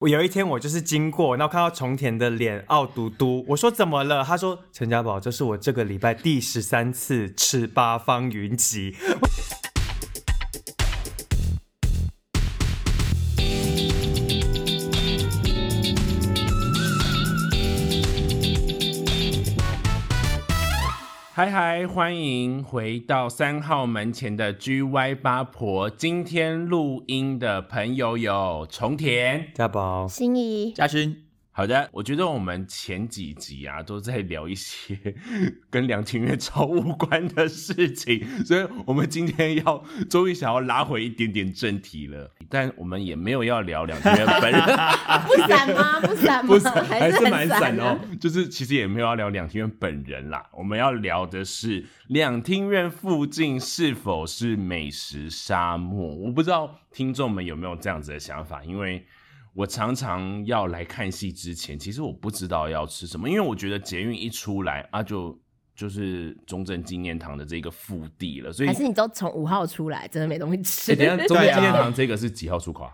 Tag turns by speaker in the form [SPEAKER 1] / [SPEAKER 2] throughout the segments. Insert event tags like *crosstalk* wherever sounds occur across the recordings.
[SPEAKER 1] 我有一天我就是经过，然后看到重田的脸傲嘟嘟，我说怎么了？他说陈家宝，这是我这个礼拜第十三次吃八方云集。
[SPEAKER 2] 嗨嗨，欢迎回到三号门前的 GY 八婆。今天录音的朋友有重田。
[SPEAKER 1] 家宝，
[SPEAKER 3] 心仪，
[SPEAKER 4] 嘉勋，
[SPEAKER 2] 好的，我觉得我们前几集啊都在聊一些 *laughs* 跟梁清月超无关的事情，所以我们今天要终于想要拉回一点点正题了，但我们也没有要聊梁清月本人。
[SPEAKER 3] 不散吗？不散吗？
[SPEAKER 2] 不是，还
[SPEAKER 3] *laughs* 还
[SPEAKER 2] 是蛮
[SPEAKER 3] 很
[SPEAKER 2] 散
[SPEAKER 3] 散
[SPEAKER 2] 哦
[SPEAKER 3] 啊。。
[SPEAKER 2] *laughs* 就是其实也没有要聊两厅院本人啦，我们要聊的是两厅院附近是否是美食沙漠。我不知道听众们有没有这样子的想法，因为我常常要来看戏之前，其实我不知道要吃什么，因为我觉得捷运一出来啊就。就是中正纪念堂的这个腹地了，所以
[SPEAKER 3] 还是你都从五号出来，真的没东西吃。
[SPEAKER 2] 哎等一下中正
[SPEAKER 4] 对啊
[SPEAKER 2] 纪念堂这个是几号出口啊？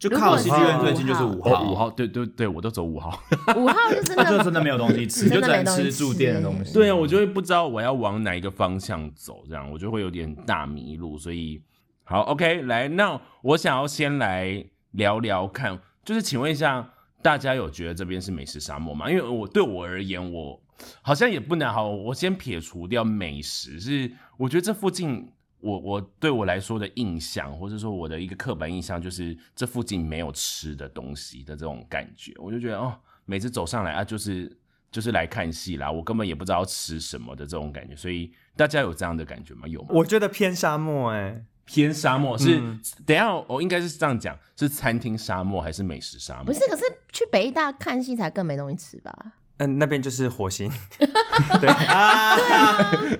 [SPEAKER 4] 就
[SPEAKER 3] 如果
[SPEAKER 4] 靠
[SPEAKER 3] 是
[SPEAKER 4] 戏剧院最近就是
[SPEAKER 3] 五
[SPEAKER 4] 五
[SPEAKER 2] 哦，
[SPEAKER 4] 号，
[SPEAKER 2] 五，号，对对对，我都走五号。
[SPEAKER 3] *laughs* 五号就真
[SPEAKER 4] 那就
[SPEAKER 3] 的
[SPEAKER 4] 真的没有东西吃，
[SPEAKER 3] 真
[SPEAKER 4] 就
[SPEAKER 3] 的
[SPEAKER 4] 只
[SPEAKER 3] 没
[SPEAKER 4] 能
[SPEAKER 3] 东西
[SPEAKER 4] 吃住店的
[SPEAKER 3] 吃
[SPEAKER 4] 东西。
[SPEAKER 2] 对啊，我就会不知道我要往哪一个方向走，这样我就会有点大迷路。所以，好，OK，来，那我想要先来聊聊看，就是请问一下，大家有觉得这边是美食沙漠吗？因为我对我而言，我好像也不难。好，我先撇除掉美食，是我觉得这附近。我我对我来说的印象，或者说我的一个刻板印象，就是这附近没有吃的东西的这种感觉，我就觉得哦，每次走上来啊，就是就是来看戏啦，我根本也不知道吃什么的这种感觉，所以大家有这样的感觉吗？有吗？
[SPEAKER 1] 我觉得偏沙漠哎、
[SPEAKER 2] 偏沙漠是，
[SPEAKER 1] 嗯
[SPEAKER 2] 等一下我应该是这样讲，是餐厅沙漠还是美食沙漠？
[SPEAKER 3] 不是，可是去北艺大看戏才更没东西吃吧？
[SPEAKER 1] 嗯，那边就是火星。对
[SPEAKER 4] *laughs* 啊，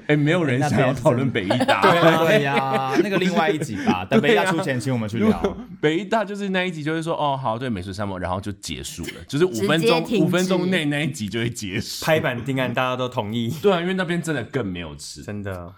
[SPEAKER 2] 哎、没有人想要讨论北医大。 *laughs*
[SPEAKER 4] 对哎呀，那个另外一集吧，等
[SPEAKER 2] 啊
[SPEAKER 4] 北亚出钱请我们去
[SPEAKER 2] 如
[SPEAKER 4] 聊。
[SPEAKER 2] *laughs* 果北医大就是那一集，就会说哦好，对美食沙漠，然后就结束
[SPEAKER 3] *laughs*
[SPEAKER 2] 了，就是五
[SPEAKER 3] 直接
[SPEAKER 2] 分钟
[SPEAKER 3] 停止啊
[SPEAKER 2] 五分钟内那一集就会结束。
[SPEAKER 1] 拍板定案，大家都同意，
[SPEAKER 2] 对啊，因为那边真的更没有吃
[SPEAKER 1] 真的。
[SPEAKER 2] 啊。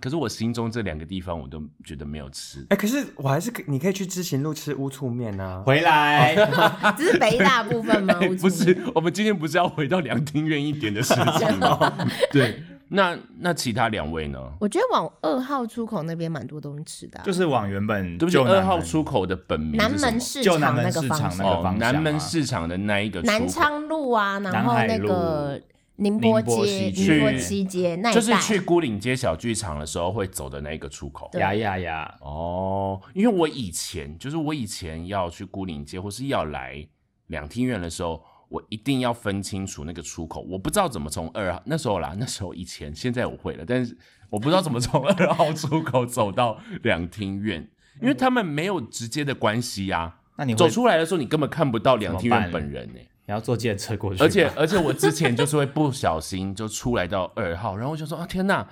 [SPEAKER 2] 可是我心中这两个地方我都觉得没有吃。
[SPEAKER 1] 哎、可是我还是可你可以去知行路吃乌醋面啊。
[SPEAKER 4] 回来，
[SPEAKER 2] 哦
[SPEAKER 4] 啊
[SPEAKER 3] 只是北艺大部
[SPEAKER 4] *laughs*
[SPEAKER 3] 分吗？
[SPEAKER 2] 哎
[SPEAKER 3] 吴
[SPEAKER 2] 不
[SPEAKER 3] 主任，
[SPEAKER 2] 是，我们今天不是要回到两厅院一点的事情
[SPEAKER 3] *laughs*
[SPEAKER 2] 吗？对，那那其他两位呢？
[SPEAKER 3] 我觉得往二号出口那边蛮多东西吃的啊、
[SPEAKER 4] 就是往原本
[SPEAKER 2] 对不起，
[SPEAKER 4] 旧
[SPEAKER 2] 二
[SPEAKER 4] 南
[SPEAKER 2] 号
[SPEAKER 4] 门
[SPEAKER 2] 出口的本名
[SPEAKER 3] 南
[SPEAKER 2] 是什么
[SPEAKER 3] 门市
[SPEAKER 4] 就
[SPEAKER 3] 场
[SPEAKER 4] 南门
[SPEAKER 3] 个
[SPEAKER 4] 市
[SPEAKER 3] 方
[SPEAKER 4] 场那
[SPEAKER 3] 向，
[SPEAKER 4] 个
[SPEAKER 2] 哦
[SPEAKER 4] 方，向啊
[SPEAKER 2] 南门市场的那一个出口
[SPEAKER 3] 南昌路啊，然
[SPEAKER 4] 南
[SPEAKER 3] 后
[SPEAKER 4] 海
[SPEAKER 3] 那个宁波街、
[SPEAKER 4] 宁波西街
[SPEAKER 3] 宁波西街那一
[SPEAKER 2] 就
[SPEAKER 3] 带，
[SPEAKER 2] 是去孤岭街小剧场的时候会走的那一个出口。
[SPEAKER 3] 对
[SPEAKER 4] 呀呀呀，
[SPEAKER 2] 哦，因为我以前就是我以前要去孤岭街或是要来两厅院的时候，我一定要分清楚那个出口。我不知道怎么从二号那时候啦，那时候以前现在我会了，但是我不知道怎么从二号出口走到两厅院，因为他们没有直接的关系呀、啊。
[SPEAKER 4] 那你会
[SPEAKER 2] 走出来的时候，你根本看不到两厅
[SPEAKER 4] 怎
[SPEAKER 2] 院
[SPEAKER 4] 么办
[SPEAKER 2] 本人欸呢、
[SPEAKER 4] 你要坐电车过去吧，
[SPEAKER 2] 而
[SPEAKER 3] *laughs*
[SPEAKER 2] 且而且我之前就是会不小心就出来到二号，然后我就说啊天呐，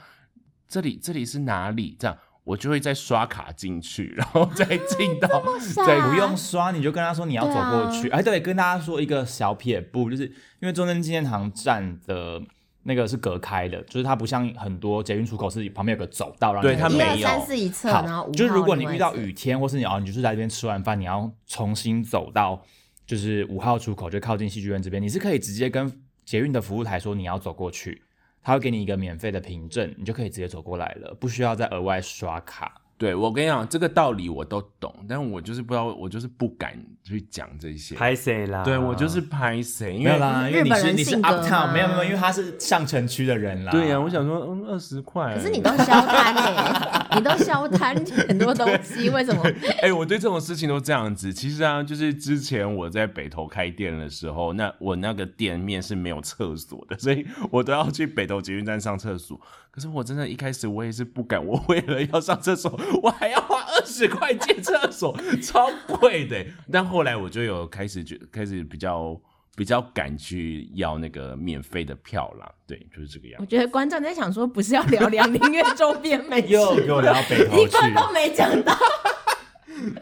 [SPEAKER 2] 这里这里是哪里？这样我就会再刷卡进去，然后再进到
[SPEAKER 3] 傻
[SPEAKER 2] 再
[SPEAKER 4] 不用刷，你就跟他说你要走过去。
[SPEAKER 3] 对
[SPEAKER 2] 啊
[SPEAKER 4] 哎，对，跟大家说一个小撇步，就是因为中正纪念堂站的那个是隔开的，就是它不像很多捷运出口是旁边有个走道，让你
[SPEAKER 2] 对它
[SPEAKER 4] 可以
[SPEAKER 3] 一
[SPEAKER 2] 没
[SPEAKER 3] 二
[SPEAKER 2] 有
[SPEAKER 3] 三四一侧，然后
[SPEAKER 4] 好，
[SPEAKER 3] 五
[SPEAKER 4] 就是
[SPEAKER 3] 号
[SPEAKER 4] 如果你
[SPEAKER 3] 另外
[SPEAKER 4] 遇
[SPEAKER 3] 一
[SPEAKER 4] 到
[SPEAKER 3] 侧
[SPEAKER 4] 雨天，或是你哦，你就是在这边吃完饭，你要重新走到就是五号出口，就靠近戏剧院这边，你是可以直接跟捷运的服务台说你要走过去，他会给你一个免费的凭证，你就可以直接走过来了，不需要再额外刷卡。
[SPEAKER 2] 对我跟你讲，这个道理我都懂，但我就是不知道，我就是不敢去讲这些。
[SPEAKER 1] 拍谁啦？
[SPEAKER 2] 对我就是拍谁，因
[SPEAKER 4] 啊没有
[SPEAKER 2] 为
[SPEAKER 4] 啦，因为
[SPEAKER 3] 日
[SPEAKER 4] 你
[SPEAKER 3] 本
[SPEAKER 4] 是
[SPEAKER 3] 人
[SPEAKER 4] 你是
[SPEAKER 3] 性格
[SPEAKER 4] uptown，
[SPEAKER 3] 嘛
[SPEAKER 4] 没有没有，因为他是上城区的人啦。
[SPEAKER 2] 对呀、我想说嗯二十块，
[SPEAKER 3] 可是你都消摊哎、 *laughs* 你都消摊很多东西，为什么？
[SPEAKER 2] 哎、我对这种事情都这样子。其实啊，就是之前我在北投开店的时候，那我那个店面是没有厕所的，所以我都要去北投捷运站上厕所。可是我真的一开始我也是不敢，我为了要上厕所，我还要花二十块借厕所，超贵的欸。但后来我就有开始觉，开始比较比较敢去要那个免费的票啦。对，就是这个样
[SPEAKER 3] 我
[SPEAKER 2] 子。
[SPEAKER 3] 觉得观众在想说，不是要聊聊音乐周边美食，
[SPEAKER 4] 哎 *laughs* 又给我聊到北头
[SPEAKER 3] 一
[SPEAKER 4] 去，
[SPEAKER 3] 个都没讲到。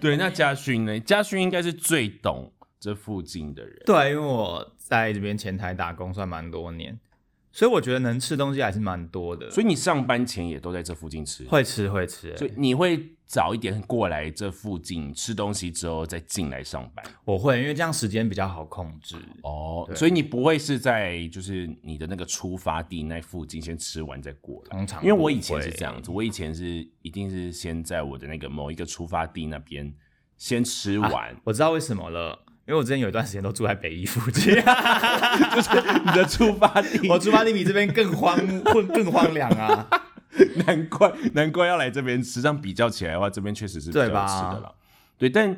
[SPEAKER 2] 对，那嘉勋呢？嘉勋应该是最懂这附近的人。
[SPEAKER 4] 啊对，因为我在这边前台打工算蛮多年，所以我觉得能吃东西还是蛮多的，
[SPEAKER 2] 所以你上班前也都在这附近吃，
[SPEAKER 4] 会吃会吃、
[SPEAKER 2] 所以你会早一点过来这附近吃东西之后再进来上班
[SPEAKER 4] 我会，因为这样时间比较好控制。
[SPEAKER 2] 哦，所以你不会是在就是你的那个出发地那附近先吃完再过来，
[SPEAKER 4] 通常
[SPEAKER 2] 因为我以前
[SPEAKER 4] 不
[SPEAKER 2] 是
[SPEAKER 4] 会
[SPEAKER 2] 这样子，我以前是一定是先在我的那个某一个出发地那边先吃
[SPEAKER 4] 啊
[SPEAKER 2] 完， *laughs*
[SPEAKER 4] 我知道为什么了，因为我之前有一段时间都住在北一附近，
[SPEAKER 2] 你的出发地，
[SPEAKER 4] 我住巴黎比这边更 *laughs* 荒混更荒凉啊。 *laughs*
[SPEAKER 2] *laughs* 难怪难怪要来这边吃，这样比较起来的话，这边确实是比较
[SPEAKER 4] 对吧
[SPEAKER 2] 好吃的了。对，但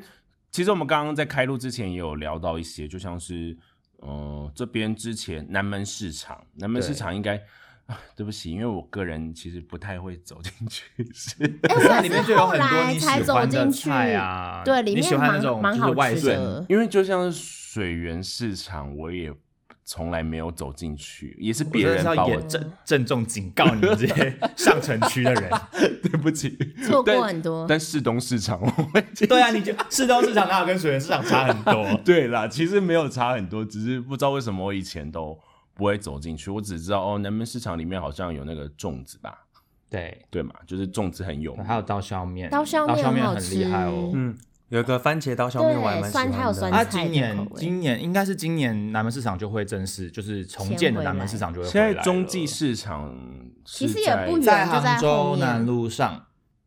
[SPEAKER 2] 其实我们刚刚在开录之前也有聊到一些，就像是呃这边之前南门市场，南门市场应该。啊，对不起，因为我个人其实不太会走进去，是
[SPEAKER 3] 哎，
[SPEAKER 4] *laughs*
[SPEAKER 3] 我
[SPEAKER 4] 那
[SPEAKER 3] 也
[SPEAKER 4] 里面
[SPEAKER 3] 是
[SPEAKER 4] 就有
[SPEAKER 3] 后
[SPEAKER 4] 很多
[SPEAKER 3] 来
[SPEAKER 4] 你
[SPEAKER 3] 才
[SPEAKER 4] 喜
[SPEAKER 3] 走
[SPEAKER 4] 欢的
[SPEAKER 3] 进去
[SPEAKER 4] 菜啊，
[SPEAKER 3] 对里
[SPEAKER 4] 你喜
[SPEAKER 3] 面
[SPEAKER 4] 欢那
[SPEAKER 3] 蛮
[SPEAKER 4] 种
[SPEAKER 3] 蛮
[SPEAKER 4] 就是
[SPEAKER 3] 好
[SPEAKER 4] 外
[SPEAKER 3] 吃
[SPEAKER 4] 省
[SPEAKER 2] *laughs*
[SPEAKER 3] 的。
[SPEAKER 2] 因为就像是水源市场，我也从来没有走进去，也是别
[SPEAKER 4] 我真的
[SPEAKER 2] 人
[SPEAKER 4] 是
[SPEAKER 2] 把
[SPEAKER 4] 要
[SPEAKER 2] 我
[SPEAKER 4] 严郑郑重警告你们这 *laughs* 些上城区的人。
[SPEAKER 2] *laughs* 对不起，
[SPEAKER 3] 错过
[SPEAKER 2] 但
[SPEAKER 3] 很
[SPEAKER 4] 嗯
[SPEAKER 3] 多
[SPEAKER 2] 但市东市场我会进？
[SPEAKER 4] 对啊，你就市东市场哪有跟水源市场差很多
[SPEAKER 2] 对啦，其实没有差很多，只是不知道为什么我以前都不会走进去。我只知道哦，南门市场里面好像有那个粽子吧，
[SPEAKER 4] 对，
[SPEAKER 2] 对嘛，就是粽子很有名。
[SPEAKER 4] 还有刀削面，
[SPEAKER 3] 刀削面
[SPEAKER 4] 刀削面
[SPEAKER 3] 好
[SPEAKER 4] 很厉害哦。
[SPEAKER 3] 吃
[SPEAKER 1] 嗯，有一个番茄刀削面，我还蛮喜欢
[SPEAKER 3] 对酸它有
[SPEAKER 1] 的。
[SPEAKER 3] 酸
[SPEAKER 1] 啊
[SPEAKER 4] 啊，
[SPEAKER 3] 菜的
[SPEAKER 4] 今年
[SPEAKER 3] 口味
[SPEAKER 4] 今年应该是今年南门市场就会正式就是重建的南门市场就会回
[SPEAKER 2] 现
[SPEAKER 4] 来
[SPEAKER 2] 在
[SPEAKER 4] 了
[SPEAKER 2] 中继市场
[SPEAKER 3] 其
[SPEAKER 2] 是
[SPEAKER 3] 实也
[SPEAKER 2] 在
[SPEAKER 3] 不远
[SPEAKER 4] 在
[SPEAKER 3] 就在
[SPEAKER 4] 杭州
[SPEAKER 3] 后面
[SPEAKER 4] 南路上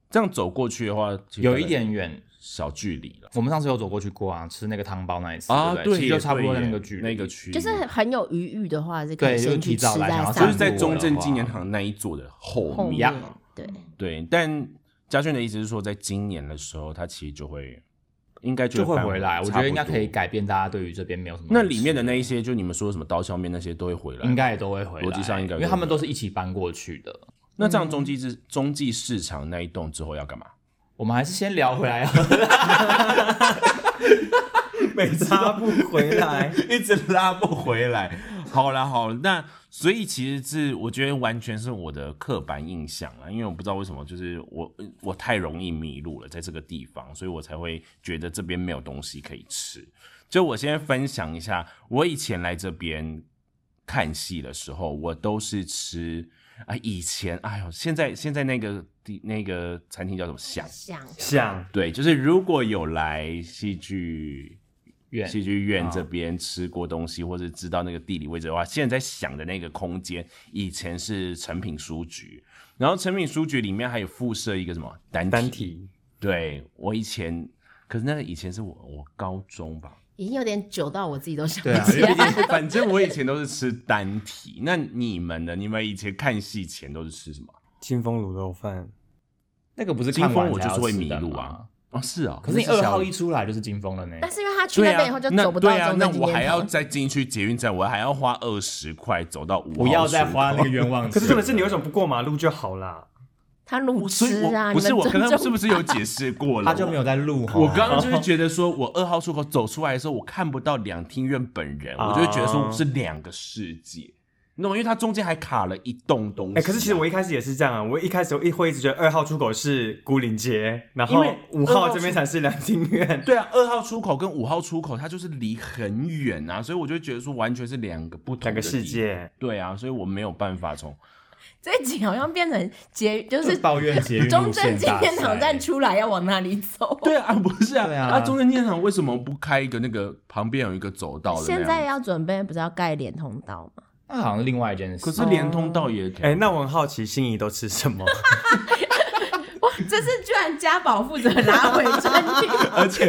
[SPEAKER 2] 这样走过去的话，其实
[SPEAKER 4] 有一点远，
[SPEAKER 2] 小距离了
[SPEAKER 4] 我们上次有走过去过啊，吃那个汤包那一次啊对不
[SPEAKER 2] 啊对
[SPEAKER 4] 其
[SPEAKER 2] 耶，
[SPEAKER 4] 实就差不
[SPEAKER 2] 对
[SPEAKER 4] 多在
[SPEAKER 2] 耶
[SPEAKER 4] 那个距离，
[SPEAKER 2] 那个区域，
[SPEAKER 3] 就是很有余裕的话，是可
[SPEAKER 4] 对
[SPEAKER 3] 以
[SPEAKER 4] 就
[SPEAKER 3] 先去
[SPEAKER 4] 提
[SPEAKER 3] 吃
[SPEAKER 4] 早来想
[SPEAKER 3] 在
[SPEAKER 4] 要
[SPEAKER 2] 就
[SPEAKER 4] 散
[SPEAKER 2] 是
[SPEAKER 4] 步
[SPEAKER 2] 在
[SPEAKER 4] 了
[SPEAKER 2] 中正
[SPEAKER 4] 哇
[SPEAKER 2] 纪念堂那一座的后
[SPEAKER 3] 后
[SPEAKER 2] 面。
[SPEAKER 3] 面
[SPEAKER 4] 呀。
[SPEAKER 3] 对，
[SPEAKER 2] 对，但嘉轩的意思是说，在今年的时候，它其实就会应该
[SPEAKER 4] 就会回来。我觉得应该可以
[SPEAKER 2] 改。
[SPEAKER 4] 改变大家对于这边没有什么
[SPEAKER 2] 那里面的
[SPEAKER 4] 认
[SPEAKER 2] 那一些，就你们说什么刀削面那些都会回来，
[SPEAKER 4] 识应。该也都会回来，
[SPEAKER 2] 逻辑上应该
[SPEAKER 4] 因为他们
[SPEAKER 2] 都
[SPEAKER 4] 都
[SPEAKER 2] 会
[SPEAKER 4] 是一起搬过去的。
[SPEAKER 2] 那这样中继市中继市场那一栋之后要干嘛？
[SPEAKER 4] 我们还是先聊回来
[SPEAKER 2] *laughs*
[SPEAKER 4] 啊，
[SPEAKER 1] 每次都不回来。
[SPEAKER 2] 一直拉不回来。 *laughs* 好啦好啦，那所以其实是我觉得完全是我的刻板印象啊，因为我不知道为什么，就是我我太容易迷路了，在这个地方，所以我才会觉得这边没有东西可以吃。就我先分享一下，我以前来这边看戏的时候，我都是吃啊，以前哎呦，现在现在那个地那个餐厅叫什么响？
[SPEAKER 3] 想
[SPEAKER 1] 想
[SPEAKER 2] 对，就是如果有来戏剧
[SPEAKER 4] 远
[SPEAKER 2] 戏剧
[SPEAKER 4] 嗯
[SPEAKER 2] 院这边吃过东西，或是知道那个地理位置的话，现在在想的那个空间，以前是成品书局，然后成品书局里面还有附设一个什么单体
[SPEAKER 1] 单体，
[SPEAKER 2] 对我以前，可是那个以前是我我高中
[SPEAKER 4] *laughs*
[SPEAKER 2] 吧，
[SPEAKER 3] 已经有点久到我自己都想
[SPEAKER 4] 对啊
[SPEAKER 3] 不起来。
[SPEAKER 2] *laughs* 反正我以前都是吃单体。那你们呢？你们以前看戏前都是吃什么？
[SPEAKER 1] 清风卤肉饭，
[SPEAKER 4] 那个不是
[SPEAKER 2] 金
[SPEAKER 4] 看完
[SPEAKER 2] 峰我就
[SPEAKER 4] 才
[SPEAKER 2] 是
[SPEAKER 4] 要
[SPEAKER 2] 会
[SPEAKER 4] 吃
[SPEAKER 2] 迷
[SPEAKER 4] 的
[SPEAKER 2] 路
[SPEAKER 4] 吗
[SPEAKER 2] 啊。。哦，是哦，
[SPEAKER 4] 可是你
[SPEAKER 2] 小
[SPEAKER 4] 二号一出来就是金峰了呢，
[SPEAKER 3] 但是因为他去
[SPEAKER 2] 对
[SPEAKER 3] 那
[SPEAKER 2] 啊，
[SPEAKER 3] 边以后就走不到
[SPEAKER 2] 那对啊，
[SPEAKER 3] 中
[SPEAKER 2] 那
[SPEAKER 3] 正纪
[SPEAKER 2] 我还
[SPEAKER 3] 念
[SPEAKER 2] 要
[SPEAKER 3] 堂，
[SPEAKER 2] 再进去捷运站，我还要花二十块走到五。
[SPEAKER 4] 不要再花那个。冤
[SPEAKER 2] *laughs*
[SPEAKER 4] 枉钱。
[SPEAKER 1] 可是重点是你为什么不过马路就好啦？
[SPEAKER 3] 他路
[SPEAKER 2] 所以
[SPEAKER 3] 痴啊！
[SPEAKER 2] 我不
[SPEAKER 3] 你
[SPEAKER 2] 是
[SPEAKER 3] 们
[SPEAKER 2] 我刚
[SPEAKER 3] 尊
[SPEAKER 2] 刚
[SPEAKER 3] 重
[SPEAKER 2] 是不是有解释过了？
[SPEAKER 4] *laughs* 他就没有。在录哈。
[SPEAKER 2] 我刚刚就是觉得说，我二号出口走出来的时候，我看不到两厅院本人，我就会觉得说
[SPEAKER 1] 哦
[SPEAKER 2] 是两个世界，你懂吗？因为它中间还卡了一栋东西啊。
[SPEAKER 1] 哎、可是其实我一开始也是这样啊，我一开始我一会一直觉得二号出口是孤岭街，然
[SPEAKER 2] 因
[SPEAKER 1] 后
[SPEAKER 2] 为
[SPEAKER 1] 五
[SPEAKER 2] 二号
[SPEAKER 1] 号
[SPEAKER 2] 出
[SPEAKER 1] 这边才是两厅院。
[SPEAKER 2] 对啊，二号出口跟五号出口它就是离很远啊，所以我就觉得说完全是两个不同
[SPEAKER 1] 两个
[SPEAKER 2] 的
[SPEAKER 1] 世
[SPEAKER 2] 地方。
[SPEAKER 1] 界，
[SPEAKER 2] 对啊，所以我没有办法从
[SPEAKER 3] *laughs* 这一集好像变成结，就是
[SPEAKER 4] 抱怨捷运
[SPEAKER 3] 中
[SPEAKER 4] 路
[SPEAKER 3] 正
[SPEAKER 4] 线
[SPEAKER 3] 纪
[SPEAKER 4] 大
[SPEAKER 3] 念堂
[SPEAKER 4] 赛
[SPEAKER 3] 站出来要往哪里走？
[SPEAKER 2] *laughs* 对啊，不是啊，
[SPEAKER 4] 对啊
[SPEAKER 2] 中正念堂为什么不开一个那个旁边有一个走道的？
[SPEAKER 3] 现在，要准备不是要盖连通道吗？
[SPEAKER 4] 那好像是另外一件事。
[SPEAKER 2] 可是连通道
[SPEAKER 4] 哦
[SPEAKER 2] 也可以
[SPEAKER 1] 哎、那我很好奇心仪都吃什么？
[SPEAKER 3] *laughs* 哇，这次居然家宝负责拉回正题，
[SPEAKER 2] 而且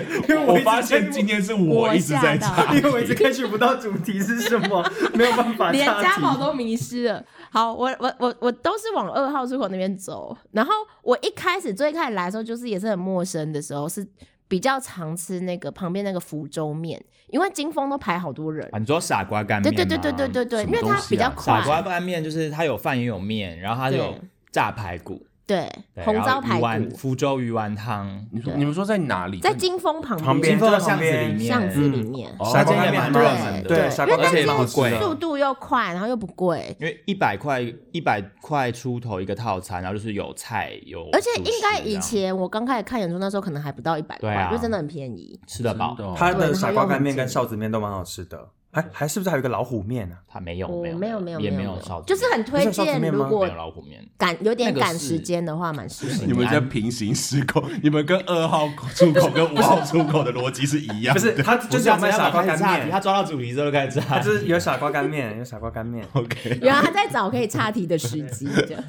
[SPEAKER 2] 我发现今天是我一直在
[SPEAKER 3] 我吓
[SPEAKER 2] 查
[SPEAKER 3] 到，
[SPEAKER 1] 因为我一直 catch 不到主题是什么，没有办法
[SPEAKER 3] 连
[SPEAKER 1] 岔
[SPEAKER 3] 家
[SPEAKER 1] 题。
[SPEAKER 3] 宝都迷失了。好，我我我我都是往二号出口那边走。然后我一开始最开始来的时候，就是也是很陌生的时候，是比较常吃那个旁边那个福州面，因为金峰都排好多人。
[SPEAKER 4] 啊，你说傻瓜干
[SPEAKER 3] 对
[SPEAKER 4] 面吗？
[SPEAKER 3] 对对对对对对，
[SPEAKER 2] 什
[SPEAKER 3] 因
[SPEAKER 2] 么
[SPEAKER 3] 为它
[SPEAKER 2] 东西
[SPEAKER 3] 比较
[SPEAKER 2] 啊
[SPEAKER 3] 快
[SPEAKER 4] 傻，瓜拌面就是它有饭也有面，然后它有炸排骨、
[SPEAKER 3] 对，
[SPEAKER 4] 对
[SPEAKER 3] 红
[SPEAKER 4] 然后
[SPEAKER 3] 糟
[SPEAKER 4] 鱼
[SPEAKER 3] 排
[SPEAKER 4] 丸
[SPEAKER 3] 骨
[SPEAKER 4] 福州鱼丸汤，
[SPEAKER 2] 你说你们说在哪里？
[SPEAKER 3] 在金峰旁
[SPEAKER 1] 旁边
[SPEAKER 4] 金峰的
[SPEAKER 1] 就在
[SPEAKER 4] 巷
[SPEAKER 1] 旁
[SPEAKER 4] 子里
[SPEAKER 1] 边
[SPEAKER 4] 面，
[SPEAKER 3] 巷子里面，
[SPEAKER 2] 哦
[SPEAKER 4] 傻瓜干面还蛮
[SPEAKER 3] 对
[SPEAKER 4] 好吃的，
[SPEAKER 1] 对
[SPEAKER 3] 对，
[SPEAKER 1] 傻瓜
[SPEAKER 3] 因为那
[SPEAKER 4] 而且蛮好
[SPEAKER 3] 间
[SPEAKER 4] 吃的
[SPEAKER 3] 速度又快，然后又不贵，
[SPEAKER 4] 因为一百块一百块出头一个套餐，然后就是有菜有，
[SPEAKER 3] 而且应该以前我刚开始看演出那时候，可能还不到一百
[SPEAKER 4] 对
[SPEAKER 3] 块，
[SPEAKER 4] 啊
[SPEAKER 3] 就真的很便宜。
[SPEAKER 4] 吃得饱，
[SPEAKER 2] 真的哦
[SPEAKER 1] 它的傻瓜干面跟臊子面都蛮好吃的，还还是不是还有一个老虎面啊？
[SPEAKER 4] 它没有
[SPEAKER 3] 我
[SPEAKER 4] 没有
[SPEAKER 3] 没有没有
[SPEAKER 4] 也
[SPEAKER 3] 没
[SPEAKER 4] 没有
[SPEAKER 3] 没
[SPEAKER 4] 烧
[SPEAKER 3] 有，
[SPEAKER 4] 纸
[SPEAKER 3] 就是很推
[SPEAKER 1] 不是有烧纸
[SPEAKER 3] 荐，
[SPEAKER 1] 面吗
[SPEAKER 3] 如
[SPEAKER 4] 没
[SPEAKER 3] 果
[SPEAKER 4] 有老虎面，
[SPEAKER 3] 赶有点
[SPEAKER 4] 那个
[SPEAKER 3] 赶
[SPEAKER 4] 是
[SPEAKER 3] 时间的话，
[SPEAKER 4] *laughs*
[SPEAKER 3] 蛮适合。
[SPEAKER 2] 你们在平行时空，你们跟二号出口跟五号出口的逻辑是
[SPEAKER 4] *laughs*
[SPEAKER 2] 一样
[SPEAKER 1] 不
[SPEAKER 2] 的。
[SPEAKER 1] 是，他就是
[SPEAKER 4] 要
[SPEAKER 1] 有卖傻瓜干
[SPEAKER 4] 他
[SPEAKER 1] 面，
[SPEAKER 4] 抓到主题之后就开始
[SPEAKER 1] 他
[SPEAKER 4] 炸
[SPEAKER 1] 就是有傻瓜干面，有傻瓜干面。
[SPEAKER 2] OK，
[SPEAKER 3] 原来他在找可以岔题的时机这样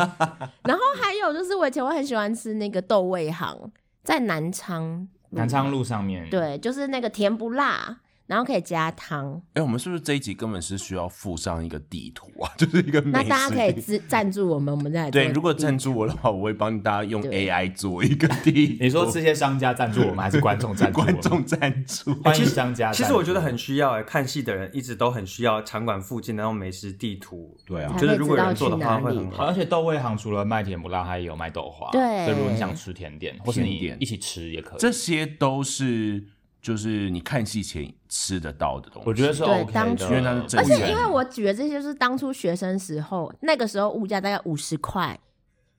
[SPEAKER 3] 然后还有就是，我以前我很喜欢吃那个豆味行，在南昌路
[SPEAKER 4] *laughs* 南昌路上面，，
[SPEAKER 3] 对，就是那个甜不辣，然后可以加汤。
[SPEAKER 2] 哎、我们是不是这一集根本是需要附上一个地图啊？ *laughs* 就是一个美
[SPEAKER 3] 那
[SPEAKER 2] 食
[SPEAKER 3] 大家可以
[SPEAKER 2] 地图
[SPEAKER 3] 自赞助我们，我们再来
[SPEAKER 2] 对，
[SPEAKER 3] 做
[SPEAKER 2] 如果赞助我的话，我会帮大家用
[SPEAKER 3] 对
[SPEAKER 2] AI 做一个地图。
[SPEAKER 4] 你说这些商家赞
[SPEAKER 1] *laughs*
[SPEAKER 4] 助我们还是观众赞助我们？
[SPEAKER 2] *laughs* 观众赞助，
[SPEAKER 4] 欢迎商家赞
[SPEAKER 1] 其
[SPEAKER 4] 助。
[SPEAKER 1] 实我觉得很需要哎、看戏的人一直都很需要场馆附近的那种美食地图。
[SPEAKER 2] 对啊
[SPEAKER 1] 我觉得如果有人做的话
[SPEAKER 3] 才
[SPEAKER 1] 会
[SPEAKER 3] 会知道去哪里
[SPEAKER 1] 很好。
[SPEAKER 4] 而且豆味行除了卖甜不辣，它也有卖豆花。
[SPEAKER 3] 对
[SPEAKER 4] 所以如果你想吃甜点，或是你
[SPEAKER 2] 甜点
[SPEAKER 4] 一起吃也可以。
[SPEAKER 2] 这些都是就是你看戏前吃得到的东西。
[SPEAKER 4] 我觉得是
[SPEAKER 3] 对
[SPEAKER 4] OK 的，
[SPEAKER 3] 当初
[SPEAKER 2] 因为它是正
[SPEAKER 3] 而且
[SPEAKER 2] 餐
[SPEAKER 3] 因为我举的这些就是当初学生时候，那个时候物价大概五十块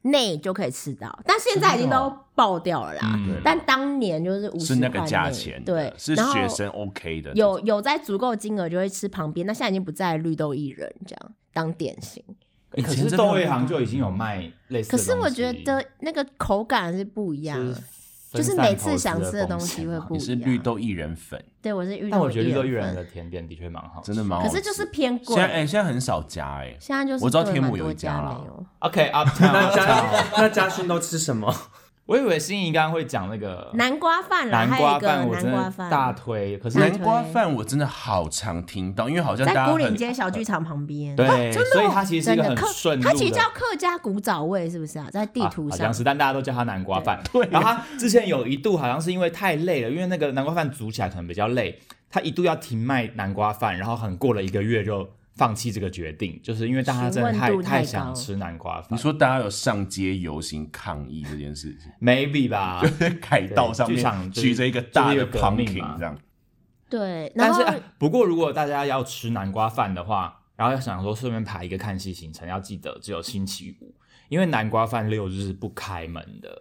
[SPEAKER 3] 内就可以吃到，但现在已经
[SPEAKER 4] 真的
[SPEAKER 3] 都
[SPEAKER 4] 哦
[SPEAKER 3] 爆掉了啦。
[SPEAKER 4] 嗯
[SPEAKER 3] 但当年就是五
[SPEAKER 2] 是
[SPEAKER 3] 十
[SPEAKER 2] 那
[SPEAKER 3] 块
[SPEAKER 2] 个
[SPEAKER 3] 内
[SPEAKER 2] 价钱的，
[SPEAKER 3] 对，
[SPEAKER 2] 是
[SPEAKER 3] 然后
[SPEAKER 2] 学生 OK 的。
[SPEAKER 3] 有有在足够金额就会吃旁边，那现在已经不在绿豆薏仁这样当点心。
[SPEAKER 4] 欸可是豆味行就已经有卖类似
[SPEAKER 3] 可
[SPEAKER 4] 的东
[SPEAKER 3] 是
[SPEAKER 4] 西，
[SPEAKER 3] 我觉得那个口感是不一样
[SPEAKER 4] 就
[SPEAKER 3] 的，
[SPEAKER 4] 是
[SPEAKER 3] 就
[SPEAKER 4] 分
[SPEAKER 3] 是
[SPEAKER 4] 散
[SPEAKER 3] 每
[SPEAKER 4] 投
[SPEAKER 3] 次
[SPEAKER 4] 资
[SPEAKER 3] 想吃的
[SPEAKER 4] 的
[SPEAKER 3] 东
[SPEAKER 4] 风
[SPEAKER 3] 西
[SPEAKER 4] 险
[SPEAKER 3] 会
[SPEAKER 4] 嘛
[SPEAKER 3] 不
[SPEAKER 2] 你
[SPEAKER 3] 一
[SPEAKER 2] 是
[SPEAKER 3] 样。
[SPEAKER 2] 绿豆薏仁粉，
[SPEAKER 3] 对我是绿豆，
[SPEAKER 4] 但我觉得绿豆薏
[SPEAKER 3] 仁粉
[SPEAKER 4] 仁的甜点的确蛮好吃。
[SPEAKER 2] 真的蛮好
[SPEAKER 3] 可
[SPEAKER 2] 吃。
[SPEAKER 3] 是就是偏贵
[SPEAKER 2] 现。在哎、现在很少加哎、
[SPEAKER 3] 现在就是
[SPEAKER 2] 我知道
[SPEAKER 3] 对
[SPEAKER 2] 天母
[SPEAKER 3] 蛮
[SPEAKER 2] 有
[SPEAKER 3] 多
[SPEAKER 2] 一家啦
[SPEAKER 3] 没有。
[SPEAKER 4] OK，Up Town，
[SPEAKER 1] 那 *laughs*
[SPEAKER 4] Up
[SPEAKER 1] 嘉
[SPEAKER 4] Town。
[SPEAKER 1] 那嘉勋都吃什么？
[SPEAKER 4] 我以为心仪刚刚会讲那个
[SPEAKER 3] 南瓜 *laughs* 饭啦，
[SPEAKER 4] 南
[SPEAKER 3] 还有
[SPEAKER 4] 瓜
[SPEAKER 3] 一个
[SPEAKER 4] 饭，我真
[SPEAKER 3] 南瓜
[SPEAKER 4] 的大
[SPEAKER 3] 饭，
[SPEAKER 4] 推。可是
[SPEAKER 2] 南瓜饭我真的好常听到，因为好像大
[SPEAKER 3] 在
[SPEAKER 2] 家
[SPEAKER 3] 孤
[SPEAKER 2] 很
[SPEAKER 3] 岭街小剧场旁边。
[SPEAKER 4] 对
[SPEAKER 3] 哦真的哦
[SPEAKER 4] 所以它其实是一
[SPEAKER 3] 真
[SPEAKER 4] 个
[SPEAKER 3] 的
[SPEAKER 4] 很
[SPEAKER 3] 客
[SPEAKER 4] 顺路的
[SPEAKER 3] 它其实叫客家古早味，是不是啊？在地图
[SPEAKER 4] 啊好
[SPEAKER 3] 上
[SPEAKER 4] 像是，但大家都叫它南瓜饭。对，然后它之前有一度好像是因为太累了，因为那个南瓜饭煮起来可能比较累，它一度要停卖南瓜饭，然后很过了一个月就放弃这个决定，就是因为大家真的
[SPEAKER 3] 询
[SPEAKER 4] 太
[SPEAKER 3] 问度太
[SPEAKER 4] 太
[SPEAKER 3] 高
[SPEAKER 4] 想吃南瓜饭。
[SPEAKER 2] 你说大家有上街游行抗议这件事情，
[SPEAKER 4] maybe 吧？
[SPEAKER 2] 在凯道上
[SPEAKER 4] 剧场
[SPEAKER 2] 面
[SPEAKER 4] 就是
[SPEAKER 2] 举着一个大
[SPEAKER 4] 就是
[SPEAKER 2] 的
[SPEAKER 4] 一个革命
[SPEAKER 2] pumpkin
[SPEAKER 4] 嘛
[SPEAKER 2] 这样，
[SPEAKER 3] 对。然
[SPEAKER 4] 但是
[SPEAKER 3] 后
[SPEAKER 4] 啊不过如果大家要吃南瓜饭的话，然后要想说顺便排一个看戏行程，要记得只有星期五，因为南瓜饭六日是不开门的。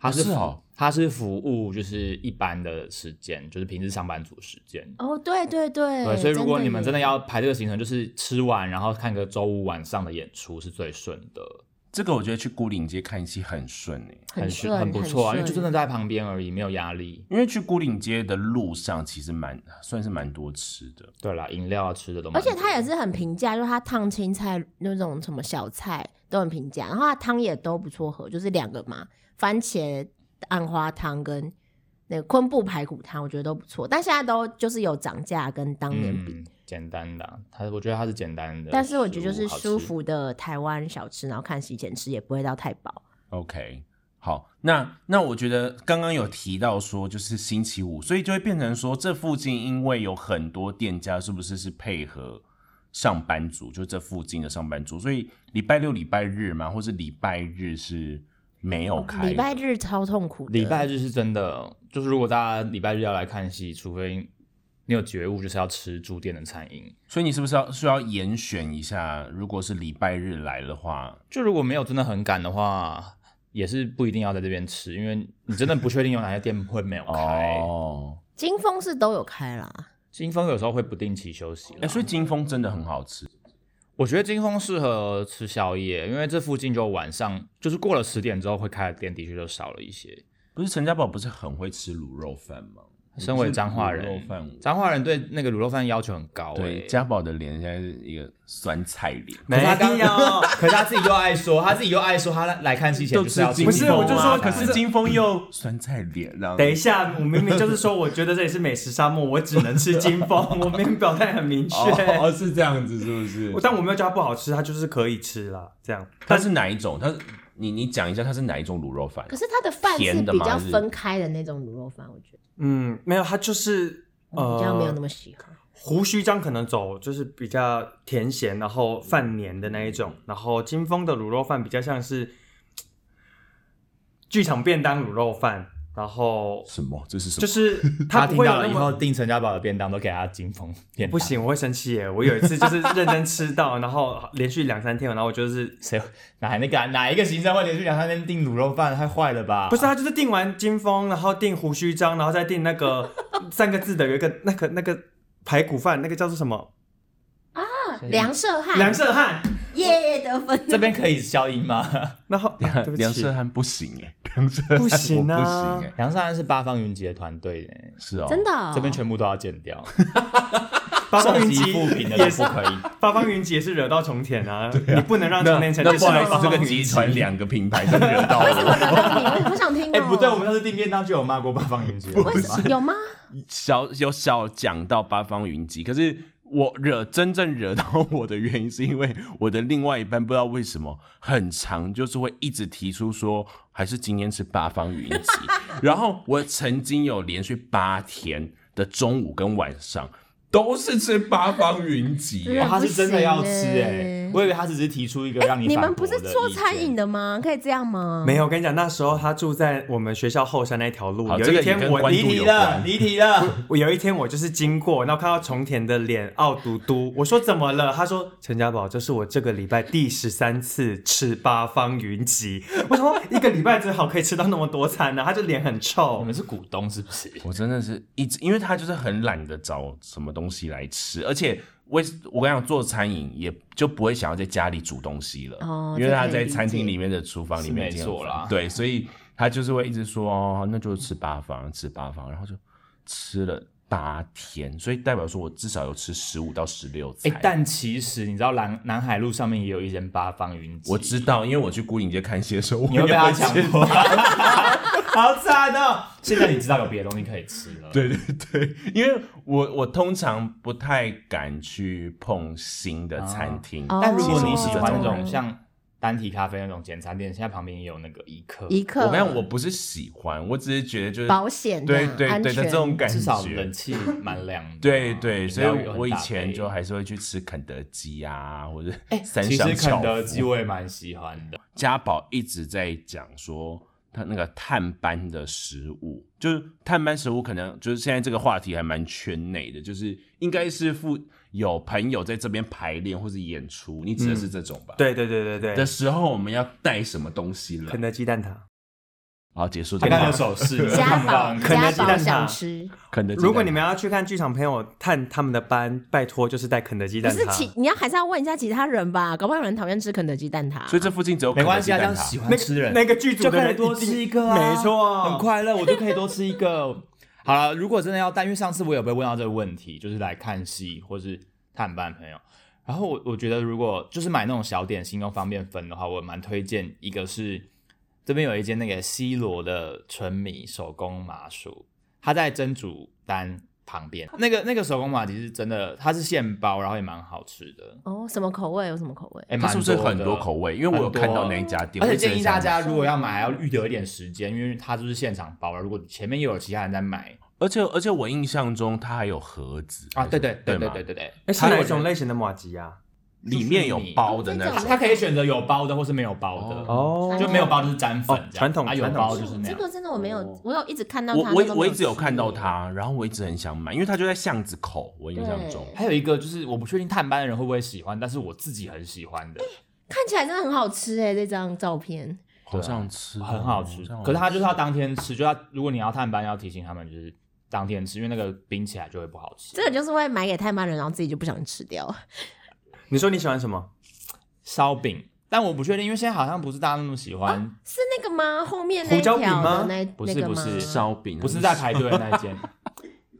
[SPEAKER 4] 它是
[SPEAKER 2] 是哦，
[SPEAKER 4] 它是服务就是一般的时间，就是平时上班族时间。
[SPEAKER 3] 哦，对对对，
[SPEAKER 4] 对，所以如果你们真的
[SPEAKER 3] 耶
[SPEAKER 4] 要排这个行程，就是吃完然后看个周五晚上的演出是最顺的，
[SPEAKER 2] 这个我觉得去孤岭街看戏很顺哎、
[SPEAKER 3] 很
[SPEAKER 4] 顺
[SPEAKER 3] 顺
[SPEAKER 4] 很不错啊，因为就真
[SPEAKER 3] 顺
[SPEAKER 4] 的在旁边而已，没有压力。
[SPEAKER 2] 因为去孤岭街的路上其实蛮算是蛮多吃的，
[SPEAKER 4] 对啦，饮料啊吃的都蛮
[SPEAKER 3] 而
[SPEAKER 4] 多，
[SPEAKER 3] 且它也是很平价，就是它烫青菜那种什么小菜都很平价，然后它汤也都不错喝，就是两个嘛，番茄蛋花汤跟那个昆布排骨汤，我觉得都不错。但现在都就是有涨价跟当年比，
[SPEAKER 4] 嗯简单的啊，它我觉得它是简单的，
[SPEAKER 3] 但是我觉得就是
[SPEAKER 4] 好吃
[SPEAKER 3] 舒。服的台湾小吃，然后看戏前吃也不会到太饱。
[SPEAKER 2] OK，好，那那我觉得刚刚有提到说就是星期五，所以就会变成说这附近因为有很多店家是不是是配合上班族，就这附近的上班族，所以礼拜六、礼拜日嘛，或是礼拜日是没有开的。
[SPEAKER 3] 哦嗯礼拜日超痛苦的，
[SPEAKER 4] 礼拜日是真的，就是如果大家礼拜日要来看戏，除非你有觉悟，就是要吃住店的餐饮。
[SPEAKER 2] 所以你是不是要需要严选一下？如果是礼拜日来的话，
[SPEAKER 4] 就如果没有真的很赶的话，也是不一定要在这边吃，因为你真的不确定有哪些店会没有开。
[SPEAKER 2] 哦，
[SPEAKER 3] 金峰是都有开啦，
[SPEAKER 4] 金峰有时候会不定期休息啦、
[SPEAKER 2] 哎、所以金峰真的很好吃。
[SPEAKER 4] 我觉得金峰适合吃宵夜，因为这附近就晚上就是过了十点之后会开的店的确就少了一些。
[SPEAKER 2] 不是陈家宝不是很会吃卤肉饭吗？
[SPEAKER 4] 身为彰
[SPEAKER 2] 卤
[SPEAKER 4] 化人
[SPEAKER 2] 肉饭，
[SPEAKER 4] 彰化人对那个卤肉饭要求很高、欸，
[SPEAKER 2] 对，家宝的脸现在是一个酸菜脸。
[SPEAKER 1] 没
[SPEAKER 4] 可是他刚
[SPEAKER 1] 有，
[SPEAKER 4] 可是他自己又爱说，他自己又爱说，他来来看戏前就是要吃
[SPEAKER 1] 不是我就说
[SPEAKER 4] 金凤啊
[SPEAKER 1] 可是
[SPEAKER 2] 金峰又酸菜脸，然后
[SPEAKER 1] 等一下，我明明就是说，我觉得这里是美食沙漠，我只能吃金峰，我明明表态很 *laughs* 明确。
[SPEAKER 2] 哦，是这样子，是不是？
[SPEAKER 1] 但我没有叫它不好吃，它就是可以吃啦，这样。
[SPEAKER 2] 它是哪一种？它是你你讲一下，它是哪一种卤肉饭
[SPEAKER 3] 可？是它的饭是
[SPEAKER 2] 甜的
[SPEAKER 3] 比
[SPEAKER 2] 吗
[SPEAKER 3] 较
[SPEAKER 2] 还是
[SPEAKER 3] 分开的那种卤肉饭，我觉得
[SPEAKER 1] 嗯，没有，它就是
[SPEAKER 3] 我比较没有那
[SPEAKER 1] 呃，
[SPEAKER 3] 么喜欢。
[SPEAKER 1] 胡须章可能走就是比较甜咸，然后饭黏的那一种，然后金峰的卤肉饭比较像是嘖剧场便当卤肉饭，然后
[SPEAKER 2] 什么？这是什
[SPEAKER 1] 就
[SPEAKER 2] 么？ *laughs*
[SPEAKER 1] 是它
[SPEAKER 4] 他
[SPEAKER 1] 不
[SPEAKER 4] 听
[SPEAKER 1] 会有
[SPEAKER 4] 到
[SPEAKER 1] 那
[SPEAKER 4] 了以
[SPEAKER 1] 么
[SPEAKER 4] 后，订陈家宝的便当都给他金峰便当，
[SPEAKER 1] 不，行，我会生气耶！我有一次
[SPEAKER 2] *laughs*
[SPEAKER 1] 就是认真吃到，然后连续两三天，然后我就是
[SPEAKER 4] 谁哪那个啊哪一个行政会连续两三天订卤肉饭，太坏了
[SPEAKER 2] 哦
[SPEAKER 4] 吧？
[SPEAKER 1] 不是他就是
[SPEAKER 2] *laughs*
[SPEAKER 1] 订完金峰，然后订胡须章，然后再订那个三个字的有一个那个那个排骨饭，那个叫做什么？
[SPEAKER 3] 梁社
[SPEAKER 1] 梁
[SPEAKER 3] 汉
[SPEAKER 1] 胜汉。
[SPEAKER 3] 耶得分，
[SPEAKER 4] 这边可以消音吗？ *laughs*
[SPEAKER 1] 然
[SPEAKER 2] *laughs*
[SPEAKER 1] 后、啊、对不
[SPEAKER 2] 梁
[SPEAKER 1] 起
[SPEAKER 2] 胜，汉不行哎、 *laughs* 梁胜汉
[SPEAKER 1] 不行啊
[SPEAKER 2] 我不行哎、
[SPEAKER 4] 梁山安是八方云集的团队耶，
[SPEAKER 2] 是哦，
[SPEAKER 3] 真的哦
[SPEAKER 4] 这边全部都要剪掉，
[SPEAKER 1] 八方
[SPEAKER 4] 上
[SPEAKER 1] 云
[SPEAKER 4] 级
[SPEAKER 1] 集
[SPEAKER 4] 不平的
[SPEAKER 1] 也
[SPEAKER 4] 都
[SPEAKER 1] 是
[SPEAKER 4] 不可以。
[SPEAKER 1] *laughs* 八方云集也是惹到重田啊，你不能让重田成
[SPEAKER 2] 那不好
[SPEAKER 1] 八
[SPEAKER 2] 意思，
[SPEAKER 1] 方
[SPEAKER 2] 这个
[SPEAKER 1] 云
[SPEAKER 2] 集
[SPEAKER 1] 集
[SPEAKER 2] 团两个品牌都惹到我。
[SPEAKER 3] 我好想听哦。
[SPEAKER 4] 哎，不对，我们上次订便当就有骂过八方云集了，
[SPEAKER 3] 为什么有吗？
[SPEAKER 2] 小有小讲到八方云集，可是我惹真正惹到我的原因，是因为我的另外一半不知道为什么很长，就是会一直提出说，还是今天吃八方云集。然后我曾经有连续八天的中午跟晚上都是吃八方云集耶、
[SPEAKER 3] 嗯
[SPEAKER 4] 哦他是真的要吃
[SPEAKER 3] 不行
[SPEAKER 4] 哎
[SPEAKER 3] 耶，
[SPEAKER 4] 我以为他只是提出一个让
[SPEAKER 3] 你
[SPEAKER 4] 反
[SPEAKER 3] 们
[SPEAKER 4] 驳
[SPEAKER 3] 不
[SPEAKER 4] 的
[SPEAKER 3] 是
[SPEAKER 4] 意见
[SPEAKER 3] 做餐饮的吗？可以这样吗？
[SPEAKER 1] 没有，我跟你讲，那时候他住在我们学校后山那条路。
[SPEAKER 2] 好
[SPEAKER 1] 有
[SPEAKER 2] 这个
[SPEAKER 1] 一
[SPEAKER 2] 也
[SPEAKER 1] 天
[SPEAKER 2] 跟
[SPEAKER 1] 我
[SPEAKER 2] 关
[SPEAKER 1] 离
[SPEAKER 2] 注
[SPEAKER 1] 题
[SPEAKER 2] 有
[SPEAKER 1] 了，
[SPEAKER 2] 关
[SPEAKER 4] 离题 *laughs* 了，
[SPEAKER 1] 我有一天我就是经过，然后看到重田的脸傲嘟嘟，我说怎么了？他说陈家宝，这是我这个礼拜第十三次吃八方云集。我想说一个礼拜最好可以吃到那么多餐呢、他就脸很
[SPEAKER 4] 我
[SPEAKER 1] 臭。
[SPEAKER 4] 们是股东是不是？
[SPEAKER 2] 我真的是一直，因为他就是很懒得找什么东西来吃，而且为我跟你讲，做餐饮也就不会想要在家里煮东西了，
[SPEAKER 3] 哦
[SPEAKER 2] 因为
[SPEAKER 3] 这
[SPEAKER 2] 他
[SPEAKER 3] 可以
[SPEAKER 2] 在
[SPEAKER 3] 理
[SPEAKER 2] 餐厅
[SPEAKER 3] 解
[SPEAKER 2] 里面的厨房里面
[SPEAKER 4] 是没
[SPEAKER 2] 已经有
[SPEAKER 4] 错啦
[SPEAKER 2] 对，所以他就是会一直说，哦，那就吃八方，吃八方，然后就吃了八天，所以代表说我至少有吃十五到十六
[SPEAKER 4] 哎
[SPEAKER 2] 菜。，
[SPEAKER 4] 但其实你知道南南海路上面也有一间八方云集，
[SPEAKER 2] 我知道，因为我去孤影街看戏的时候，我
[SPEAKER 4] 你会被
[SPEAKER 2] 也
[SPEAKER 4] 他
[SPEAKER 2] 会
[SPEAKER 4] 强
[SPEAKER 2] 吃
[SPEAKER 4] 迫， *laughs* 好惨哦！现在你知道有别的东西可以吃了，
[SPEAKER 2] 对对对，因为我我通常不太敢去碰新的餐厅，
[SPEAKER 3] 哦
[SPEAKER 4] 但如果
[SPEAKER 2] 啊其实
[SPEAKER 4] 你
[SPEAKER 2] 我
[SPEAKER 4] 喜
[SPEAKER 2] 是这
[SPEAKER 4] 欢那
[SPEAKER 2] 人
[SPEAKER 4] 种像单体咖啡那种简餐店，现在旁边也有那个一刻，
[SPEAKER 3] 一刻
[SPEAKER 2] 我跟你讲，我不是喜欢，我只是觉得就是
[SPEAKER 3] 保险啊
[SPEAKER 2] 对对
[SPEAKER 3] 安
[SPEAKER 2] 对的
[SPEAKER 3] 全
[SPEAKER 2] 这种感
[SPEAKER 4] 至少冷
[SPEAKER 2] 觉。
[SPEAKER 4] 气蛮凉的。
[SPEAKER 2] 对对，
[SPEAKER 4] 饮
[SPEAKER 2] 所以
[SPEAKER 4] 料也有
[SPEAKER 2] 我
[SPEAKER 4] 很
[SPEAKER 2] 以
[SPEAKER 4] 大
[SPEAKER 2] 前
[SPEAKER 4] 杯
[SPEAKER 2] 就还是会去吃肯德基啊，或者
[SPEAKER 4] 哎，
[SPEAKER 2] 三
[SPEAKER 4] 其
[SPEAKER 2] 上
[SPEAKER 4] 实肯
[SPEAKER 2] 巧
[SPEAKER 4] 德基
[SPEAKER 2] 福。
[SPEAKER 4] 我也蛮喜欢的，
[SPEAKER 2] 家宝一直在讲说他那个探班的食物，就是探班食物，可能就是现在这个话题还蛮圈内的，就是应该是附有朋友在这边排练或是演出，你指的是这种吧？
[SPEAKER 1] 对对对对
[SPEAKER 2] 的
[SPEAKER 1] 对，
[SPEAKER 2] 时候，我们要带什么东西了
[SPEAKER 1] 肯？德基蛋挞。
[SPEAKER 2] 好，结束这个
[SPEAKER 4] 他刚
[SPEAKER 2] 话
[SPEAKER 4] 有
[SPEAKER 2] 题。
[SPEAKER 4] 手势，你
[SPEAKER 3] 家
[SPEAKER 4] 看不到
[SPEAKER 3] 宝，。
[SPEAKER 1] 肯德
[SPEAKER 3] 家
[SPEAKER 1] 基
[SPEAKER 3] 宝
[SPEAKER 1] 蛋挞
[SPEAKER 3] 想吃，
[SPEAKER 2] 肯德基蛋挞。
[SPEAKER 1] 如果你们要去看剧场，朋友探他们的班，拜托就是带肯德基
[SPEAKER 3] 不
[SPEAKER 1] 蛋挞。
[SPEAKER 3] 是其你要还是要问一下其他人吧，搞不好有人讨厌吃肯德基蛋挞。
[SPEAKER 2] 所以这附近只有
[SPEAKER 4] 没
[SPEAKER 2] 肯德
[SPEAKER 4] 关
[SPEAKER 2] 基
[SPEAKER 4] 系啊，这
[SPEAKER 2] 蛋
[SPEAKER 4] 样
[SPEAKER 2] 挞
[SPEAKER 4] 喜。
[SPEAKER 1] 那
[SPEAKER 4] 欢
[SPEAKER 1] 个
[SPEAKER 4] 吃的人，
[SPEAKER 1] 那个剧组
[SPEAKER 4] 就
[SPEAKER 1] 的
[SPEAKER 4] 可
[SPEAKER 1] 人
[SPEAKER 4] 以多
[SPEAKER 1] 一定
[SPEAKER 4] 吃一个、啊，
[SPEAKER 1] 没错，
[SPEAKER 4] 很快乐，我就可以多吃一个。 *laughs* 好了，如果真的要带，因为上次我有被问到这个问题，就是来看戏或是探班朋友，然后我我觉得如果就是买那种小点心又方便分的话，我蛮推荐一个是这边有一间那个西罗的纯米手工麻薯，它在蒸煮丹旁边，那个那个手工麻其实真的它是现包，然后也蛮好吃的。
[SPEAKER 3] 哦，什么口味？有什么口味？
[SPEAKER 4] 哎，
[SPEAKER 2] 它是不是
[SPEAKER 4] 蛮
[SPEAKER 2] 很
[SPEAKER 4] 的
[SPEAKER 2] 多口味？因为我有看到那一家店，
[SPEAKER 4] 而
[SPEAKER 2] 我
[SPEAKER 4] 且
[SPEAKER 2] 一直
[SPEAKER 4] 建议
[SPEAKER 2] 想
[SPEAKER 4] 大
[SPEAKER 2] 买
[SPEAKER 4] 家如果要买，要预留一点时间，因为它就是现场包了。如果前面又有其他人在买
[SPEAKER 2] 而且而且我印象中它还有盒子
[SPEAKER 4] 啊，对对
[SPEAKER 2] 对
[SPEAKER 4] 对对
[SPEAKER 2] 吗
[SPEAKER 4] 对对对，
[SPEAKER 1] 哎，是哪一种类型的马吉啊？
[SPEAKER 2] 里面有包的那
[SPEAKER 3] 就是
[SPEAKER 2] 种
[SPEAKER 3] 你。
[SPEAKER 4] 它可以选择有包的或是没有包的，
[SPEAKER 1] 哦
[SPEAKER 4] 就没有包就是沾粉
[SPEAKER 1] 哦
[SPEAKER 4] 这样，
[SPEAKER 1] 传统
[SPEAKER 4] 啊有
[SPEAKER 1] 传统
[SPEAKER 4] 包就是那
[SPEAKER 3] 哎这
[SPEAKER 4] 样。
[SPEAKER 3] 个真的我没有，我有一直看到
[SPEAKER 2] 我
[SPEAKER 3] 它，但
[SPEAKER 2] 我
[SPEAKER 3] 都没
[SPEAKER 2] 我一直有
[SPEAKER 3] 吃
[SPEAKER 2] 看到。它，然后我一直很想买，因为它就在巷子口。我印象中，
[SPEAKER 3] 对
[SPEAKER 4] 还有一个就是我不确定探班的人会不会喜欢，但是我自己很喜欢的，
[SPEAKER 3] 看起来真的很好吃哎，这张照片。
[SPEAKER 2] 好想吃哦，
[SPEAKER 4] 很好吃
[SPEAKER 2] 这样。我
[SPEAKER 4] 可是它就是要当天吃，就要如果你要探班，要提醒他们就是当天吃，因为那个冰起来就会不好吃
[SPEAKER 3] 这。个就是会买给太慢人，然后自己就不想吃掉。
[SPEAKER 1] 你说你喜欢什么？
[SPEAKER 4] 烧饼，但我不确定，因为现在好像不是大家那么喜欢，
[SPEAKER 3] 是那个吗？后面那一
[SPEAKER 1] 胡椒
[SPEAKER 3] 条
[SPEAKER 1] 饼吗
[SPEAKER 3] 的那
[SPEAKER 4] 不是
[SPEAKER 3] 那个
[SPEAKER 4] 不
[SPEAKER 3] 吗？
[SPEAKER 4] 是
[SPEAKER 2] 烧饼
[SPEAKER 4] 不是在排队的那一
[SPEAKER 3] *laughs*
[SPEAKER 4] 间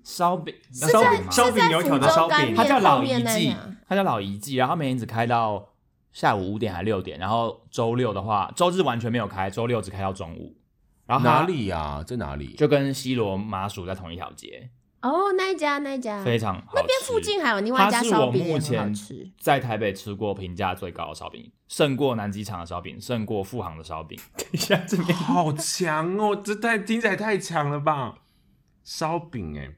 [SPEAKER 4] 烧饼，那
[SPEAKER 1] 烧
[SPEAKER 4] 饼
[SPEAKER 1] 饼
[SPEAKER 4] 吗
[SPEAKER 1] 烧
[SPEAKER 3] 是在
[SPEAKER 1] 饼油条的
[SPEAKER 3] 福州
[SPEAKER 1] 烧
[SPEAKER 3] 干
[SPEAKER 1] 饼
[SPEAKER 4] 它，叫老
[SPEAKER 3] 后面
[SPEAKER 4] 遗
[SPEAKER 3] 那
[SPEAKER 4] 迹
[SPEAKER 3] 样，
[SPEAKER 4] 它叫老遗迹，然后每天只开到下午五点还六点，然后周六的话，周日完全没有开，周六只开到中午。然后它
[SPEAKER 2] 哪里呀？在哪里？
[SPEAKER 4] 就 *laughs* 跟西罗麻薯在同一条街，
[SPEAKER 3] 哦，那一家那一家，
[SPEAKER 4] 非常好
[SPEAKER 3] 那边
[SPEAKER 4] 吃
[SPEAKER 3] 附近还有另外一家
[SPEAKER 4] 它是我
[SPEAKER 3] 烧饼也
[SPEAKER 4] 目
[SPEAKER 3] 很好
[SPEAKER 4] 前
[SPEAKER 3] 吃。
[SPEAKER 4] 在台北吃过评价最高的烧饼，胜过南机场的烧饼，胜过富航的
[SPEAKER 1] *laughs*
[SPEAKER 4] 烧饼。
[SPEAKER 1] 一下这边
[SPEAKER 2] 好强哦！这太听起来太强了吧？烧饼哎，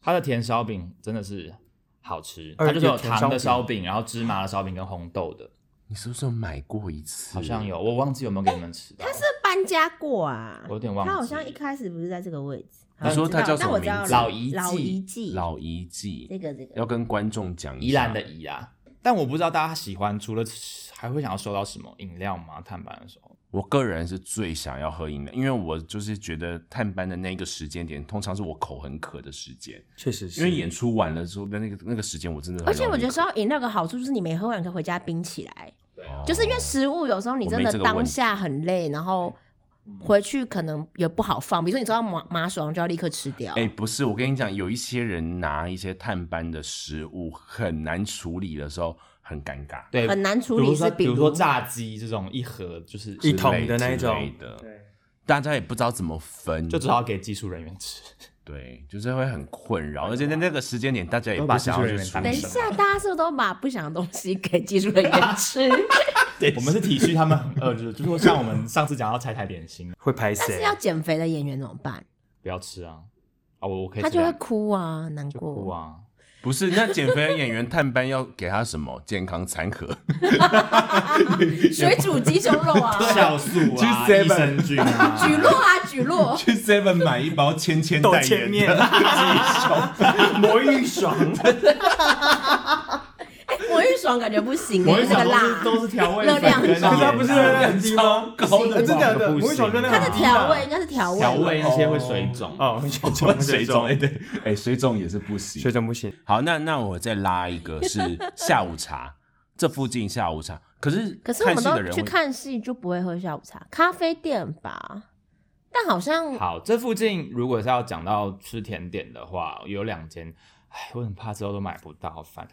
[SPEAKER 4] 它的甜烧饼真的是好吃，
[SPEAKER 1] 二
[SPEAKER 4] 它就是有
[SPEAKER 1] 月呃甜烧
[SPEAKER 4] 糖的
[SPEAKER 1] 饼
[SPEAKER 4] 烧饼，然后芝麻的烧饼跟红豆的，
[SPEAKER 2] 你是不是有买过一次？
[SPEAKER 4] 好像有，我忘记有没有给你们吃到。
[SPEAKER 3] 他是搬家过啊，
[SPEAKER 4] 我有点忘记
[SPEAKER 3] 他好像一开始不是在这个位置。
[SPEAKER 2] 你说他叫什么
[SPEAKER 3] 好我知道
[SPEAKER 2] 名字
[SPEAKER 3] 但
[SPEAKER 4] 老
[SPEAKER 3] 我
[SPEAKER 4] 遗
[SPEAKER 3] 知
[SPEAKER 4] 迹
[SPEAKER 3] 道老遗迹，
[SPEAKER 2] 老遗迹，
[SPEAKER 3] 这个这个
[SPEAKER 2] 要跟观众讲一
[SPEAKER 4] 宜啊
[SPEAKER 2] 下
[SPEAKER 4] 兰的宜啊。但我不知道大家喜欢除了吃还会想要收到什么饮料吗？探班的时候，
[SPEAKER 2] 我个人是最想要喝饮料，因为我就是觉得探班的那个时间点，通常是我口很渴的时间，
[SPEAKER 1] 确实是
[SPEAKER 2] 因为演出完了之后的那个那个时间，我真的很
[SPEAKER 3] 而且
[SPEAKER 2] 容易
[SPEAKER 3] 我觉得
[SPEAKER 2] 渴
[SPEAKER 3] 说到饮料有个好处就是你没喝完可以回家冰起来，
[SPEAKER 2] 哦
[SPEAKER 3] 就是因为食物有时候你真
[SPEAKER 2] 我没
[SPEAKER 3] 的
[SPEAKER 2] 这个问题嗯
[SPEAKER 3] 当下很累，然后回去可能也不好放，比如说你抓到麻麻爽就要立刻吃掉。
[SPEAKER 2] 哎、不是，我跟你讲，有一些人拿一些探班的食物很难处理的时候，很尴尬。
[SPEAKER 4] 对，
[SPEAKER 3] 很难处
[SPEAKER 4] 比
[SPEAKER 3] 理
[SPEAKER 4] 如说
[SPEAKER 3] 是
[SPEAKER 4] 比
[SPEAKER 3] 比
[SPEAKER 4] 如
[SPEAKER 3] 如
[SPEAKER 4] 说炸鸡这种一盒就是
[SPEAKER 1] 一
[SPEAKER 2] 之
[SPEAKER 1] 桶
[SPEAKER 2] 类
[SPEAKER 1] 的那一
[SPEAKER 2] 之类
[SPEAKER 1] 种
[SPEAKER 2] 的，
[SPEAKER 1] 对
[SPEAKER 2] 大家也不知道怎么分，
[SPEAKER 4] 就只好给技术人
[SPEAKER 2] *laughs*
[SPEAKER 4] 员吃。
[SPEAKER 2] 对，就是会很困扰，而且在那个时间点，大家也
[SPEAKER 4] 都
[SPEAKER 2] 不
[SPEAKER 4] 把
[SPEAKER 2] 想
[SPEAKER 4] 技
[SPEAKER 2] 要
[SPEAKER 4] 术
[SPEAKER 2] 去
[SPEAKER 4] 人员
[SPEAKER 2] 处
[SPEAKER 4] 当
[SPEAKER 3] 等一
[SPEAKER 2] 理。
[SPEAKER 3] 下，大家是不是都把不想的东西给技术人员
[SPEAKER 2] *laughs*
[SPEAKER 3] 吃？
[SPEAKER 4] 我们是体恤他们很饿，就是就是说像我们上次讲要拆台点心，
[SPEAKER 1] 会拍谁
[SPEAKER 3] 但？
[SPEAKER 2] 啊
[SPEAKER 3] 是要减肥的演员怎么办？
[SPEAKER 4] 不要吃啊啊，我我可以
[SPEAKER 3] 他
[SPEAKER 4] 吃
[SPEAKER 3] 就会
[SPEAKER 4] 两个
[SPEAKER 3] 哭啊，难
[SPEAKER 4] 就哭
[SPEAKER 2] *laughs*
[SPEAKER 3] 过。
[SPEAKER 4] 啊，
[SPEAKER 2] 不是，那减肥的演员探班要给他什么健康餐盒？
[SPEAKER 3] 水煮鸡胸肉
[SPEAKER 2] *laughs*
[SPEAKER 3] 啊，
[SPEAKER 4] 酵素
[SPEAKER 2] 去
[SPEAKER 4] 啊，益
[SPEAKER 2] Seven
[SPEAKER 4] 生菌啊，
[SPEAKER 2] *laughs*
[SPEAKER 3] 举落啊，举落。
[SPEAKER 2] 去 Seven 买一包千千
[SPEAKER 1] 豆
[SPEAKER 2] 代
[SPEAKER 1] 切
[SPEAKER 2] 言
[SPEAKER 1] 面
[SPEAKER 2] 的，、
[SPEAKER 1] 魔芋爽，
[SPEAKER 3] 魔芋爽感觉不行，
[SPEAKER 4] 我跟你
[SPEAKER 3] 那
[SPEAKER 4] 讲
[SPEAKER 3] 个辣，
[SPEAKER 4] 都是都是调味
[SPEAKER 3] 热
[SPEAKER 4] 粉
[SPEAKER 3] 量很高
[SPEAKER 4] 跟
[SPEAKER 1] 可是它
[SPEAKER 4] 盐
[SPEAKER 1] 不是
[SPEAKER 4] 啊
[SPEAKER 1] 热量很低吗？
[SPEAKER 2] 高
[SPEAKER 4] *laughs*
[SPEAKER 1] 真的假的？
[SPEAKER 4] 不行
[SPEAKER 1] 魔芋爽热量
[SPEAKER 3] 它
[SPEAKER 1] 很
[SPEAKER 3] 的
[SPEAKER 1] 低
[SPEAKER 3] 调味应该是调味，
[SPEAKER 4] 调味那些会水肿。
[SPEAKER 1] 哦，
[SPEAKER 2] 水肿，哎、对，哎、水肿也是不行
[SPEAKER 1] 水。肿不行，
[SPEAKER 2] 好，那那我再拉一个是下午茶，这附近下午茶。可是
[SPEAKER 3] 可是我们
[SPEAKER 2] 戏的
[SPEAKER 3] 都
[SPEAKER 2] 人
[SPEAKER 3] 去
[SPEAKER 2] 会，
[SPEAKER 3] 看戏就不会喝下午茶，咖啡店吧。但好像
[SPEAKER 4] 好，这附近如果是要讲到吃甜点的话，有两间，哎，我很怕之后都买不到，好烦。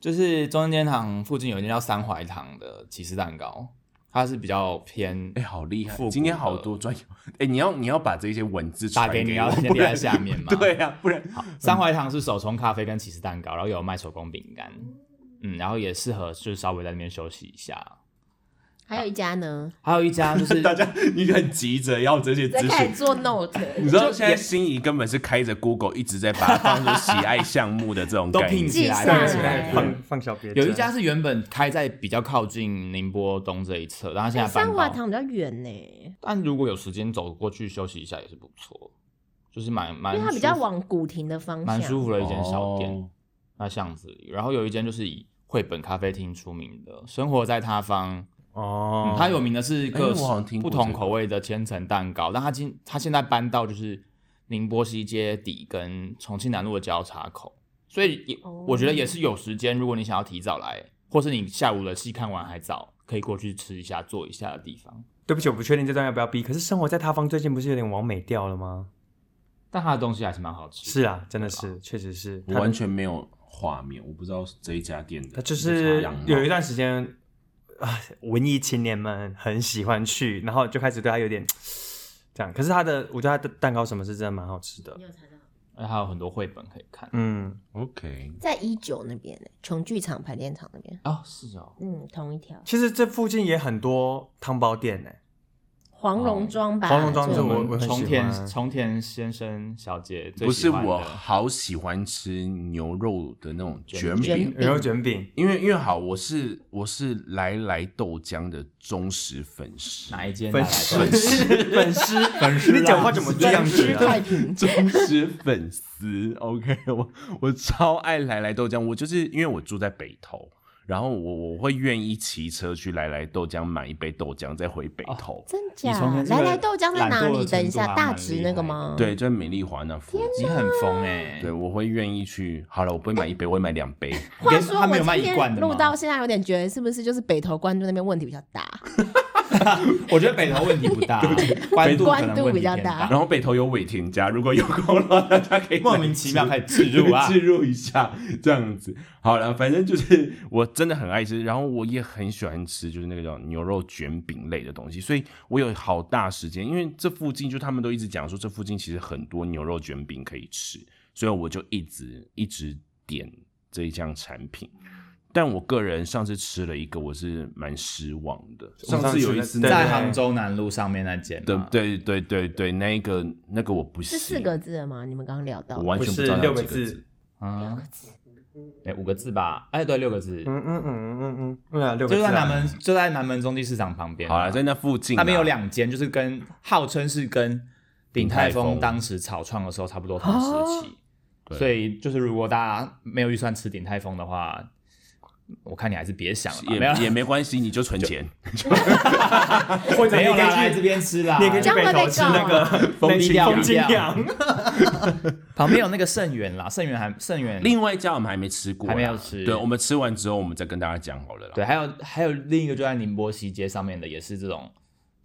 [SPEAKER 4] 就是中正天堂附近有一间叫三槐堂的起司蛋糕，它是比较偏
[SPEAKER 2] 哎、好厉害
[SPEAKER 4] 复！古
[SPEAKER 2] 今天好
[SPEAKER 4] 的
[SPEAKER 2] 多专有，哎、你要你要把这些文字
[SPEAKER 4] 打
[SPEAKER 2] 传
[SPEAKER 4] 给你，
[SPEAKER 2] 我
[SPEAKER 4] 要先
[SPEAKER 2] 不
[SPEAKER 4] 列
[SPEAKER 2] 然
[SPEAKER 4] 在下面
[SPEAKER 2] *laughs*
[SPEAKER 4] 嘛。
[SPEAKER 2] 对啊，不然
[SPEAKER 4] 三槐堂是手冲咖啡跟起司蛋糕，然后有卖手工饼干，嗯，然后也适合就是稍微在那边休息一下。
[SPEAKER 3] 还有一家呢，
[SPEAKER 4] 还有一家就是
[SPEAKER 2] 大家你很急着要这些
[SPEAKER 3] 在
[SPEAKER 2] 资
[SPEAKER 3] 开
[SPEAKER 2] 讯
[SPEAKER 3] 始。做 note，
[SPEAKER 2] 你知道现在心仪根本是开着 Google 一直在把它当成喜爱项目的这种
[SPEAKER 4] 都
[SPEAKER 2] 概
[SPEAKER 4] 拼
[SPEAKER 2] 念。
[SPEAKER 4] 起来，
[SPEAKER 3] 记下来
[SPEAKER 4] 拼起来
[SPEAKER 3] 对
[SPEAKER 1] 放放小别针
[SPEAKER 4] 有一家是原本开在比较靠近宁波东这一侧，然后现在搬
[SPEAKER 3] 哎三
[SPEAKER 4] 到
[SPEAKER 3] 华堂比较远呢，因
[SPEAKER 4] 但如果有时间走过去休息一下也是不错，就是蛮蛮
[SPEAKER 3] 为它比较
[SPEAKER 4] 舒服
[SPEAKER 3] 往古亭的方向，
[SPEAKER 4] 蛮舒服的一间小店，
[SPEAKER 2] 哦
[SPEAKER 4] 那巷子里。然后有一间就是以绘本咖啡厅出名的，生活在他方，
[SPEAKER 1] 哦
[SPEAKER 4] 嗯，它有名的是
[SPEAKER 2] 哎
[SPEAKER 4] 各
[SPEAKER 2] 我好像听
[SPEAKER 4] 不
[SPEAKER 2] 过
[SPEAKER 4] 同
[SPEAKER 2] 这个
[SPEAKER 4] 口味的千层蛋糕，但它今它现在搬到就是宁波西街底跟重庆南路的交叉口，所以也、
[SPEAKER 3] 哦
[SPEAKER 4] 我觉得也是有时间，如果你想要提早来，或是你下午的戏看完还早，可以过去吃一下、坐一下的地方。
[SPEAKER 1] 对不起，我不确定这段要不要逼。可是生活在他方最近不是有点往美掉了吗？
[SPEAKER 4] 但它的东西还是蛮好吃的。
[SPEAKER 1] 是啊，真的是，确实是。
[SPEAKER 2] 我
[SPEAKER 1] 它
[SPEAKER 2] 完全没有画面，我不知道这一家店的
[SPEAKER 1] 它就
[SPEAKER 2] 是
[SPEAKER 1] 是有一段时间啊，文艺青年们很喜欢去，然后就开始对它有点这样。可是它的，我觉得它的蛋糕什么是真的蛮好吃的
[SPEAKER 3] 你。有查到
[SPEAKER 4] 那还有很多绘本可以看
[SPEAKER 1] 嗯，
[SPEAKER 2] OK，
[SPEAKER 3] 在一九那边呢，琼剧场排练场那边，
[SPEAKER 4] 啊、是哦，
[SPEAKER 3] 嗯，同一条
[SPEAKER 1] 其实这附近也很多汤包店欸呢、
[SPEAKER 3] 黄龙庄吧，
[SPEAKER 1] 黄龙庄
[SPEAKER 3] 就
[SPEAKER 1] 这
[SPEAKER 4] 我
[SPEAKER 1] 我我很
[SPEAKER 4] 们
[SPEAKER 1] 喜
[SPEAKER 4] 重田
[SPEAKER 1] 欢
[SPEAKER 4] 重田先生小姐最
[SPEAKER 2] 不是
[SPEAKER 4] 喜欢
[SPEAKER 2] 我
[SPEAKER 4] 的
[SPEAKER 2] 好喜欢吃牛肉的那种卷
[SPEAKER 3] 卷
[SPEAKER 2] 饼
[SPEAKER 3] 饼，
[SPEAKER 1] 牛肉卷饼，
[SPEAKER 2] 因为因为好，我是我是来来豆浆的忠实粉丝，
[SPEAKER 4] 哪一间
[SPEAKER 1] 粉丝，
[SPEAKER 4] *laughs*
[SPEAKER 1] 粉丝，粉丝，你讲话怎么这样子、啊？
[SPEAKER 3] 快
[SPEAKER 2] *laughs*
[SPEAKER 3] 艇，
[SPEAKER 2] 忠实粉丝。OK，我我超爱来来豆浆，我就是因为我住在北投，然后我我会愿意骑车去来来豆浆买一杯豆浆，再回北投。
[SPEAKER 3] 真
[SPEAKER 4] 你
[SPEAKER 3] 假
[SPEAKER 4] 从哦前？这个
[SPEAKER 3] 来来豆浆在哪
[SPEAKER 4] 懒惰的
[SPEAKER 3] 里？等一
[SPEAKER 4] 程度啊
[SPEAKER 3] 下，
[SPEAKER 4] 还蛮
[SPEAKER 3] 大直那个吗？，
[SPEAKER 2] 对，在美丽华那附
[SPEAKER 4] 你
[SPEAKER 2] 近。
[SPEAKER 4] 很疯哎、
[SPEAKER 2] 对，我会愿意去。好了，我不会买一杯，我会买两杯。
[SPEAKER 4] 你
[SPEAKER 3] 话
[SPEAKER 4] 跟
[SPEAKER 3] 说
[SPEAKER 4] 他没有
[SPEAKER 3] 我
[SPEAKER 4] 卖
[SPEAKER 3] 今
[SPEAKER 4] 一罐
[SPEAKER 3] 天
[SPEAKER 4] 的吗
[SPEAKER 3] 录到现在，有点觉得是不是就是北投关渡那边问题比较大？
[SPEAKER 4] 我觉得北投问题不大，啊 *laughs* 关渡可能问题偏
[SPEAKER 3] 关渡比较大
[SPEAKER 2] 然后北投有伟霆家，如果有空的话，大家可以
[SPEAKER 4] 莫名其妙开始 *laughs* 置入
[SPEAKER 2] *laughs*
[SPEAKER 4] 啊
[SPEAKER 2] 置入一下这样子。好了，反正就是我真的很爱吃，然后我也很喜欢吃，就是那个叫牛肉卷饼类的东西，所以我有好大时间，因为这附近就他们都一直讲说，这附近其实很多牛肉卷饼可以吃，所以我就一直一直点这一项产品。但我个人上次吃了一个，我是蛮失望的。
[SPEAKER 1] 我
[SPEAKER 2] 上
[SPEAKER 1] 们
[SPEAKER 2] 次有一
[SPEAKER 1] 上
[SPEAKER 2] 次
[SPEAKER 1] 次
[SPEAKER 2] 那
[SPEAKER 1] 对
[SPEAKER 2] 个
[SPEAKER 4] 在杭州南路上面那间嘛，
[SPEAKER 2] 对对对对对，那一个那个我不行，
[SPEAKER 3] 是四个字的吗？你们刚刚聊到
[SPEAKER 4] 哦
[SPEAKER 2] 我，完全
[SPEAKER 1] 不
[SPEAKER 2] 不
[SPEAKER 1] 是
[SPEAKER 2] 知道它有
[SPEAKER 1] 六个
[SPEAKER 2] 几
[SPEAKER 1] 字
[SPEAKER 2] 字。
[SPEAKER 4] 嗯，哎、五个字吧，哎，对，六个字，
[SPEAKER 1] 嗯嗯嗯嗯嗯嗯啊，六个
[SPEAKER 4] 就
[SPEAKER 1] 字
[SPEAKER 4] 在
[SPEAKER 1] 啊
[SPEAKER 4] 南门，就在南门中地市场旁边。
[SPEAKER 2] 好了，在那附近啊，
[SPEAKER 4] 那边有两间，就是跟号称是跟鼎泰丰哦当时草创的时候差不多同时期，
[SPEAKER 2] 对
[SPEAKER 4] 所以就是如果大家没有预算吃鼎泰丰的话，我看你还是别想了吧，
[SPEAKER 2] 也
[SPEAKER 4] 啊没有
[SPEAKER 2] 也没关系，你就存钱。
[SPEAKER 1] *laughs* 或者
[SPEAKER 4] *laughs* 没
[SPEAKER 1] 你
[SPEAKER 4] 有啦
[SPEAKER 1] 可
[SPEAKER 4] 来
[SPEAKER 1] 以
[SPEAKER 4] 这
[SPEAKER 1] 去，
[SPEAKER 4] 边吃啦
[SPEAKER 1] 你。也可以去
[SPEAKER 3] 这
[SPEAKER 1] 北
[SPEAKER 3] 样会
[SPEAKER 1] 投
[SPEAKER 3] 被
[SPEAKER 1] 吃那个
[SPEAKER 4] 告
[SPEAKER 1] *laughs* 那
[SPEAKER 4] 风
[SPEAKER 1] 群
[SPEAKER 4] 力
[SPEAKER 1] 风金
[SPEAKER 4] 量
[SPEAKER 1] 羊， *laughs*
[SPEAKER 4] 旁边有那个盛源啦，盛源还盛源，
[SPEAKER 2] 另外一家我们还没吃过啦，
[SPEAKER 4] 嗯还没有吃
[SPEAKER 2] 对，我们吃完之后，我们再跟大家讲好了啦。
[SPEAKER 4] 对，啊还有还有另一个就在宁波西街上面的，也是这种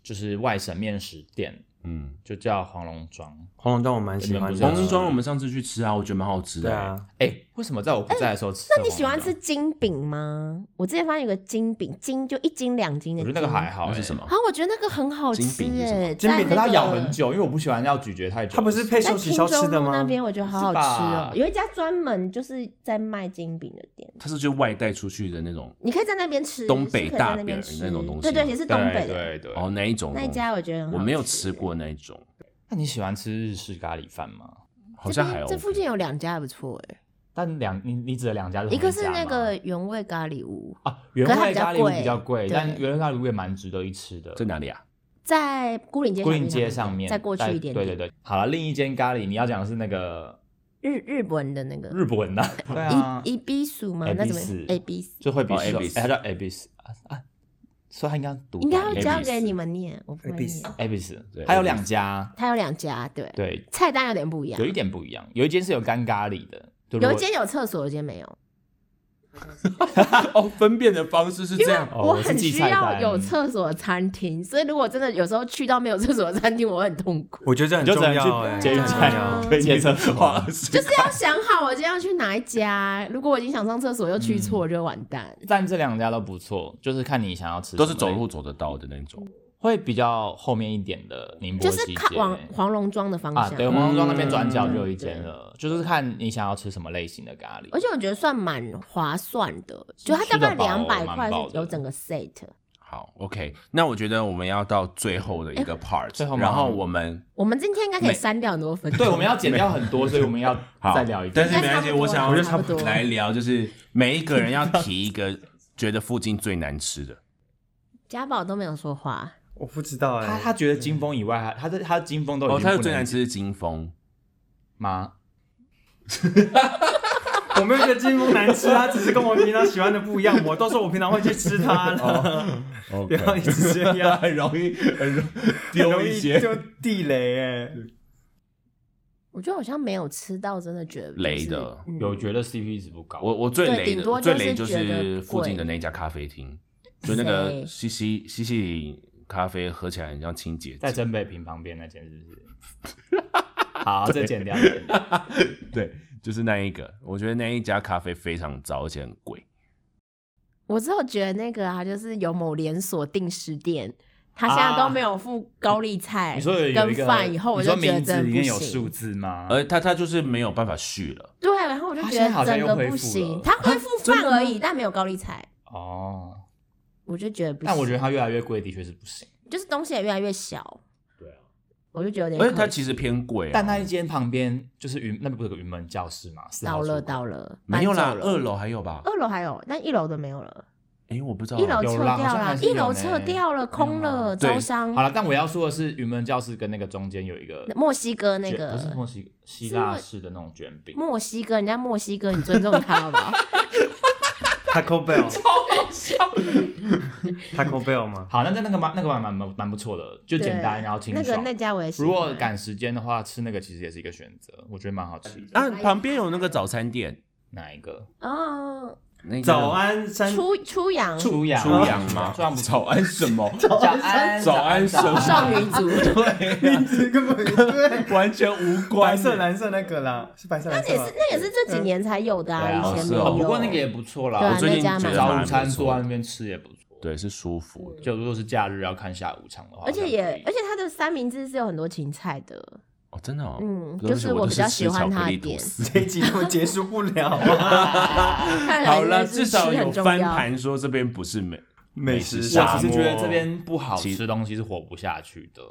[SPEAKER 4] 就是外省面食店，
[SPEAKER 2] 嗯，
[SPEAKER 4] 就叫黄龙庄。
[SPEAKER 1] 红龙庄我蛮喜欢
[SPEAKER 4] 你们不是
[SPEAKER 2] 黄
[SPEAKER 1] 的。
[SPEAKER 2] 龙庄我们上次去吃啊，我觉得蛮好吃的。
[SPEAKER 1] 对，啊，
[SPEAKER 4] 哎、为什么在我不在的时候吃、
[SPEAKER 3] 哎那你喜欢吃？金饼吗？我之前发现有个金饼，金就一斤两斤的
[SPEAKER 4] 我
[SPEAKER 3] 金，
[SPEAKER 4] 觉得那个还好、
[SPEAKER 2] 那
[SPEAKER 4] 欸，
[SPEAKER 2] 是什么
[SPEAKER 3] 啊？我觉得那个很好吃
[SPEAKER 2] 金饼是什么
[SPEAKER 3] 哎，
[SPEAKER 1] 金饼
[SPEAKER 3] 在
[SPEAKER 4] 可
[SPEAKER 3] 那
[SPEAKER 4] 是它
[SPEAKER 3] 个
[SPEAKER 4] 咬很久，因为我不喜欢要咀嚼太久。
[SPEAKER 1] 它不是配
[SPEAKER 3] 在
[SPEAKER 1] 寿喜
[SPEAKER 3] 汀
[SPEAKER 1] 烧
[SPEAKER 3] 州
[SPEAKER 1] 吃的
[SPEAKER 3] 路那
[SPEAKER 1] 吗？
[SPEAKER 3] 边我觉得好好
[SPEAKER 4] 是
[SPEAKER 3] 吃
[SPEAKER 4] 吧
[SPEAKER 3] 哦，有一家专门就是在卖金饼的店，
[SPEAKER 2] 它是就外带出去的那种，
[SPEAKER 3] 你可以在那边吃，
[SPEAKER 2] 东北
[SPEAKER 3] 是可以在
[SPEAKER 2] 大
[SPEAKER 3] 那边
[SPEAKER 2] 饼
[SPEAKER 3] 吃
[SPEAKER 2] 那种东西
[SPEAKER 3] 对对，也是
[SPEAKER 4] 对
[SPEAKER 3] 东北的
[SPEAKER 4] 对对。
[SPEAKER 2] 哦，那一种
[SPEAKER 3] 那一家，我觉得很好
[SPEAKER 2] 我没有
[SPEAKER 3] 吃
[SPEAKER 2] 吃过那一种，
[SPEAKER 4] 那你喜欢吃日式咖喱饭吗？
[SPEAKER 2] 好
[SPEAKER 3] 嗯这
[SPEAKER 2] 像还
[SPEAKER 3] 边
[SPEAKER 2] 有
[SPEAKER 3] 这附近有两家不错哎，
[SPEAKER 4] 但两你你指的两家是
[SPEAKER 3] 一
[SPEAKER 4] 同
[SPEAKER 3] 个
[SPEAKER 4] 家
[SPEAKER 3] 是那
[SPEAKER 4] 吗
[SPEAKER 3] 个原味咖喱屋，
[SPEAKER 4] 啊，原
[SPEAKER 3] 可是它比较
[SPEAKER 4] 味咖喱屋
[SPEAKER 3] 贵
[SPEAKER 4] 比较贵，
[SPEAKER 3] 对
[SPEAKER 4] 但原味咖喱屋也蛮值得一吃的。
[SPEAKER 2] 在哪里啊？
[SPEAKER 3] 在孤岭街
[SPEAKER 4] 桂林街上面，
[SPEAKER 3] 再过去
[SPEAKER 4] 在
[SPEAKER 3] 一点点，
[SPEAKER 4] 对对对，好了，另一间咖喱你要讲的是那个
[SPEAKER 3] 日日本的那个
[SPEAKER 4] 日本的，对啊，
[SPEAKER 3] 一一 B 数吗？那怎么
[SPEAKER 4] Ibisu
[SPEAKER 3] A B
[SPEAKER 4] *laughs* 就会比
[SPEAKER 2] 哦
[SPEAKER 4] 手，
[SPEAKER 2] Ibis
[SPEAKER 4] 哎它叫 Abis 啊啊，所以它应该读
[SPEAKER 3] 应该会交
[SPEAKER 2] Ibisu
[SPEAKER 3] 给你们念，我不会
[SPEAKER 1] Ibisu
[SPEAKER 3] 念。
[SPEAKER 4] Abis，
[SPEAKER 2] 对
[SPEAKER 4] 它有
[SPEAKER 2] Ibis
[SPEAKER 4] 两家，
[SPEAKER 3] 它有两家，对，
[SPEAKER 4] 对，
[SPEAKER 3] 菜单有点不一样
[SPEAKER 4] 有，一点不一样，有一间是有干咖喱的，就如果
[SPEAKER 3] 有一间有厕所，有一间没有。
[SPEAKER 2] 哦，分辨的方式是这样，
[SPEAKER 4] 哦
[SPEAKER 3] 我
[SPEAKER 4] 我是
[SPEAKER 3] 很
[SPEAKER 4] 记
[SPEAKER 3] 需
[SPEAKER 4] 菜
[SPEAKER 3] 要
[SPEAKER 4] 单
[SPEAKER 3] 有厕所的餐厅，所以如果真的有时候去到没有厕所的餐厅，我会很痛
[SPEAKER 4] *laughs*
[SPEAKER 3] 苦。
[SPEAKER 1] 我觉得这很
[SPEAKER 4] 你就只
[SPEAKER 1] 重
[SPEAKER 4] 能
[SPEAKER 1] 要
[SPEAKER 4] 去
[SPEAKER 1] 哎，
[SPEAKER 4] 捷运
[SPEAKER 1] 很重
[SPEAKER 4] 站
[SPEAKER 1] 要。
[SPEAKER 4] 推荐车 *laughs* 花二
[SPEAKER 3] 就
[SPEAKER 4] 十。
[SPEAKER 3] 是要想好我今天要去哪一家，如果我已经想上厕所又去
[SPEAKER 4] 嗯
[SPEAKER 3] 错，就完蛋。
[SPEAKER 4] 但这两家都不错，哦就是看你想要吃什么，
[SPEAKER 2] 都是走路走得到的那种。
[SPEAKER 4] 会比较后面一点的宁波
[SPEAKER 3] 就是
[SPEAKER 4] 西
[SPEAKER 3] 看
[SPEAKER 4] 街
[SPEAKER 3] 往黄龙庄的方
[SPEAKER 4] 啊，
[SPEAKER 3] 向。
[SPEAKER 4] 对，黄龙庄那边转角就有一间
[SPEAKER 3] 嗯
[SPEAKER 4] 了，就是看你想要吃什么类型的咖喱
[SPEAKER 3] 而。且我觉得算蛮划算的，
[SPEAKER 4] 吃
[SPEAKER 3] 就它大概
[SPEAKER 4] 得饱
[SPEAKER 3] 两百
[SPEAKER 4] 蛮
[SPEAKER 3] 块
[SPEAKER 4] 饱
[SPEAKER 3] 是
[SPEAKER 4] 的
[SPEAKER 3] 有整个 set。
[SPEAKER 2] 好，OK，那我觉得我们要到最后的一
[SPEAKER 3] 哎
[SPEAKER 2] 个 part，
[SPEAKER 4] 最后吗
[SPEAKER 2] 然后我们
[SPEAKER 3] 我们今天应该可以
[SPEAKER 4] 每
[SPEAKER 3] 删掉很多分钟。
[SPEAKER 4] 对，我们要减掉很多，所以我们要
[SPEAKER 2] 好
[SPEAKER 4] 再聊一遍
[SPEAKER 2] 但。是没关
[SPEAKER 3] 应该差
[SPEAKER 2] 系，
[SPEAKER 3] 不多
[SPEAKER 2] 我想
[SPEAKER 3] 差不多
[SPEAKER 2] 要来聊，就是每一个人要提一个觉得附近最难吃的。
[SPEAKER 3] 家宝都没有说话，
[SPEAKER 1] 我不知道
[SPEAKER 4] 他
[SPEAKER 1] 哎，
[SPEAKER 4] 他觉得金峰以外，他他的他的金峰都已
[SPEAKER 2] 哦，
[SPEAKER 4] 经
[SPEAKER 2] 它的
[SPEAKER 4] 不
[SPEAKER 2] 最
[SPEAKER 4] 能
[SPEAKER 2] 难吃是金峰，
[SPEAKER 4] 吗？
[SPEAKER 1] 我没有觉得金峰难吃，他只是跟我平常喜欢的不一样。我都说我平常会去吃它 *laughs* 了，
[SPEAKER 4] 哦
[SPEAKER 1] 不要一直这样，
[SPEAKER 2] 很容易很容易
[SPEAKER 1] 很 *laughs* 容易就地雷哎。
[SPEAKER 3] 我觉得好像没有吃到，真的觉得就是
[SPEAKER 2] 雷的。
[SPEAKER 3] 嗯
[SPEAKER 4] 有觉得 CP 值不高，
[SPEAKER 2] 我我最
[SPEAKER 3] 对
[SPEAKER 2] 雷
[SPEAKER 3] 顶
[SPEAKER 2] 的
[SPEAKER 3] 多
[SPEAKER 2] 最
[SPEAKER 3] 就是
[SPEAKER 2] 雷就
[SPEAKER 3] 觉
[SPEAKER 2] 是
[SPEAKER 3] 得
[SPEAKER 2] 附近
[SPEAKER 3] 贵
[SPEAKER 2] 的那家咖啡厅，就那个西
[SPEAKER 3] 谁
[SPEAKER 2] 西西西里咖啡喝起来很像清洁剂
[SPEAKER 4] 在真北平旁边那间是不是？ *laughs* 好，这减掉。减掉
[SPEAKER 2] 对，就是那一个，我觉得那一家咖啡非常糟，而且很贵。
[SPEAKER 3] 我只有觉得那个啊，就是有某连锁定时店，他现在都没有付高丽菜、
[SPEAKER 4] 啊你说有有一
[SPEAKER 3] 跟
[SPEAKER 4] 个，
[SPEAKER 3] 饭，以后我
[SPEAKER 4] 你
[SPEAKER 3] 就
[SPEAKER 4] 说
[SPEAKER 3] 觉得
[SPEAKER 4] 名字
[SPEAKER 3] 真
[SPEAKER 4] 里
[SPEAKER 3] 的不
[SPEAKER 4] 面有数
[SPEAKER 3] 行。
[SPEAKER 4] 字吗？
[SPEAKER 2] 而他他就是没有办法续了，
[SPEAKER 3] 对，然后我就
[SPEAKER 4] 他
[SPEAKER 3] 觉
[SPEAKER 4] 现在
[SPEAKER 3] 得
[SPEAKER 4] 好像
[SPEAKER 3] 整
[SPEAKER 4] 又恢
[SPEAKER 3] 个
[SPEAKER 4] 复
[SPEAKER 3] 不
[SPEAKER 4] 了
[SPEAKER 3] 行，他
[SPEAKER 4] *laughs*
[SPEAKER 3] 恢复饭而已，但没有高丽菜，
[SPEAKER 4] 哦，
[SPEAKER 3] 我就觉得不行。
[SPEAKER 4] 但我觉得它越来越贵，的确是不行。
[SPEAKER 3] 就是东西也越来越小，
[SPEAKER 4] 对啊，
[SPEAKER 3] 我就觉得有点可
[SPEAKER 2] 而
[SPEAKER 3] 惜。
[SPEAKER 2] 且它其实偏贵、啊。
[SPEAKER 4] 但那一间旁边就是云，那边不是有个云门教室吗？四号
[SPEAKER 3] 倒了
[SPEAKER 4] 出口
[SPEAKER 3] 倒了，
[SPEAKER 2] 没有啦
[SPEAKER 3] 搬，走
[SPEAKER 2] 二
[SPEAKER 3] 了
[SPEAKER 2] 楼还有吧？
[SPEAKER 3] 二楼还有，但一楼的没有了，
[SPEAKER 2] 哎、我不知道啊。
[SPEAKER 3] 一楼
[SPEAKER 4] 有
[SPEAKER 3] 撤
[SPEAKER 4] 啦
[SPEAKER 3] 掉
[SPEAKER 4] 好像还
[SPEAKER 3] 了，
[SPEAKER 4] 是有
[SPEAKER 3] 一楼
[SPEAKER 4] 呢
[SPEAKER 3] 撤掉了，空了，
[SPEAKER 2] 对
[SPEAKER 3] 招商
[SPEAKER 4] 好。了，但我要说的是，云门教室跟那个中间有一个
[SPEAKER 3] 墨西哥那
[SPEAKER 4] 卷
[SPEAKER 3] 个
[SPEAKER 4] 不是墨西希腊式的那种卷饼，
[SPEAKER 3] 墨西哥，人家墨西哥，你尊重他好
[SPEAKER 2] *laughs*
[SPEAKER 3] 不好？
[SPEAKER 1] Taco
[SPEAKER 3] *laughs*
[SPEAKER 1] Bell，Taco Bell 吗？
[SPEAKER 4] 好，那那那个蛮那个蛮蛮蛮蛮不错的，就
[SPEAKER 3] 对
[SPEAKER 4] 简单然后清
[SPEAKER 3] 那个
[SPEAKER 4] 爽。
[SPEAKER 3] 那家我也喜欢。
[SPEAKER 4] 如果赶时间的话，吃那个其实也是一个选择，我觉得蛮好吃的。
[SPEAKER 2] 啊，旁边有那个早餐店，
[SPEAKER 4] 哪一个？
[SPEAKER 3] 哦，
[SPEAKER 2] 那个
[SPEAKER 1] 早安山
[SPEAKER 3] 出出洋
[SPEAKER 4] 初阳
[SPEAKER 2] 初阳吗？
[SPEAKER 4] *laughs* 初阳不
[SPEAKER 2] 早安什
[SPEAKER 3] *laughs*
[SPEAKER 2] 么？
[SPEAKER 4] *laughs* 早安
[SPEAKER 2] 早安什么？
[SPEAKER 3] 少女组，
[SPEAKER 1] 名字根本对，
[SPEAKER 2] 完全无
[SPEAKER 1] 白
[SPEAKER 2] 关。
[SPEAKER 1] 色蓝色那个啦，是白色
[SPEAKER 3] 那
[SPEAKER 1] 蓝色
[SPEAKER 3] 也
[SPEAKER 1] 吗
[SPEAKER 2] 呃
[SPEAKER 3] 是。那也是这几年才有的啊，
[SPEAKER 4] 对啊
[SPEAKER 3] 以前
[SPEAKER 2] 是
[SPEAKER 3] 没
[SPEAKER 2] 哦
[SPEAKER 3] 有。
[SPEAKER 4] 不过那个也不错啦，
[SPEAKER 3] 对啊
[SPEAKER 4] 我
[SPEAKER 2] 我
[SPEAKER 4] 最
[SPEAKER 2] 最近
[SPEAKER 3] 那家
[SPEAKER 2] 觉
[SPEAKER 3] 蛮
[SPEAKER 2] 得
[SPEAKER 3] 好
[SPEAKER 4] 早
[SPEAKER 2] 蛮
[SPEAKER 4] 午
[SPEAKER 2] 不
[SPEAKER 4] 餐
[SPEAKER 2] 错
[SPEAKER 4] 坐在
[SPEAKER 2] 的
[SPEAKER 4] 那边吃也不错。
[SPEAKER 2] 对是舒服的。
[SPEAKER 4] 就如果是假日要看下午场的话，
[SPEAKER 3] 而且
[SPEAKER 4] 好像
[SPEAKER 3] 也
[SPEAKER 4] 可以
[SPEAKER 3] 而且它的三明治是有很多芹菜的，
[SPEAKER 2] 哦，真的哦，
[SPEAKER 3] 嗯
[SPEAKER 2] 对不
[SPEAKER 3] 就
[SPEAKER 2] 起
[SPEAKER 3] 是
[SPEAKER 2] 我
[SPEAKER 3] 我
[SPEAKER 2] 都
[SPEAKER 3] 比较
[SPEAKER 2] 是
[SPEAKER 3] 喜
[SPEAKER 2] 吃
[SPEAKER 3] 欢
[SPEAKER 2] 巧克
[SPEAKER 3] 它
[SPEAKER 2] 力
[SPEAKER 3] 的点
[SPEAKER 2] 吐司
[SPEAKER 1] 这一集我结束不了啊！
[SPEAKER 3] 看 *laughs* 来
[SPEAKER 2] 好
[SPEAKER 3] 真的
[SPEAKER 2] 了，
[SPEAKER 3] 是
[SPEAKER 2] 至少
[SPEAKER 3] 吃
[SPEAKER 2] 有
[SPEAKER 3] 很重
[SPEAKER 2] 翻
[SPEAKER 3] 要。
[SPEAKER 2] 盘说这边不是美
[SPEAKER 1] 美食
[SPEAKER 4] 我
[SPEAKER 1] 沙
[SPEAKER 4] 只是
[SPEAKER 1] 漠，
[SPEAKER 4] 啊觉得这边不好
[SPEAKER 2] 其
[SPEAKER 4] 吃东西是活不下去的。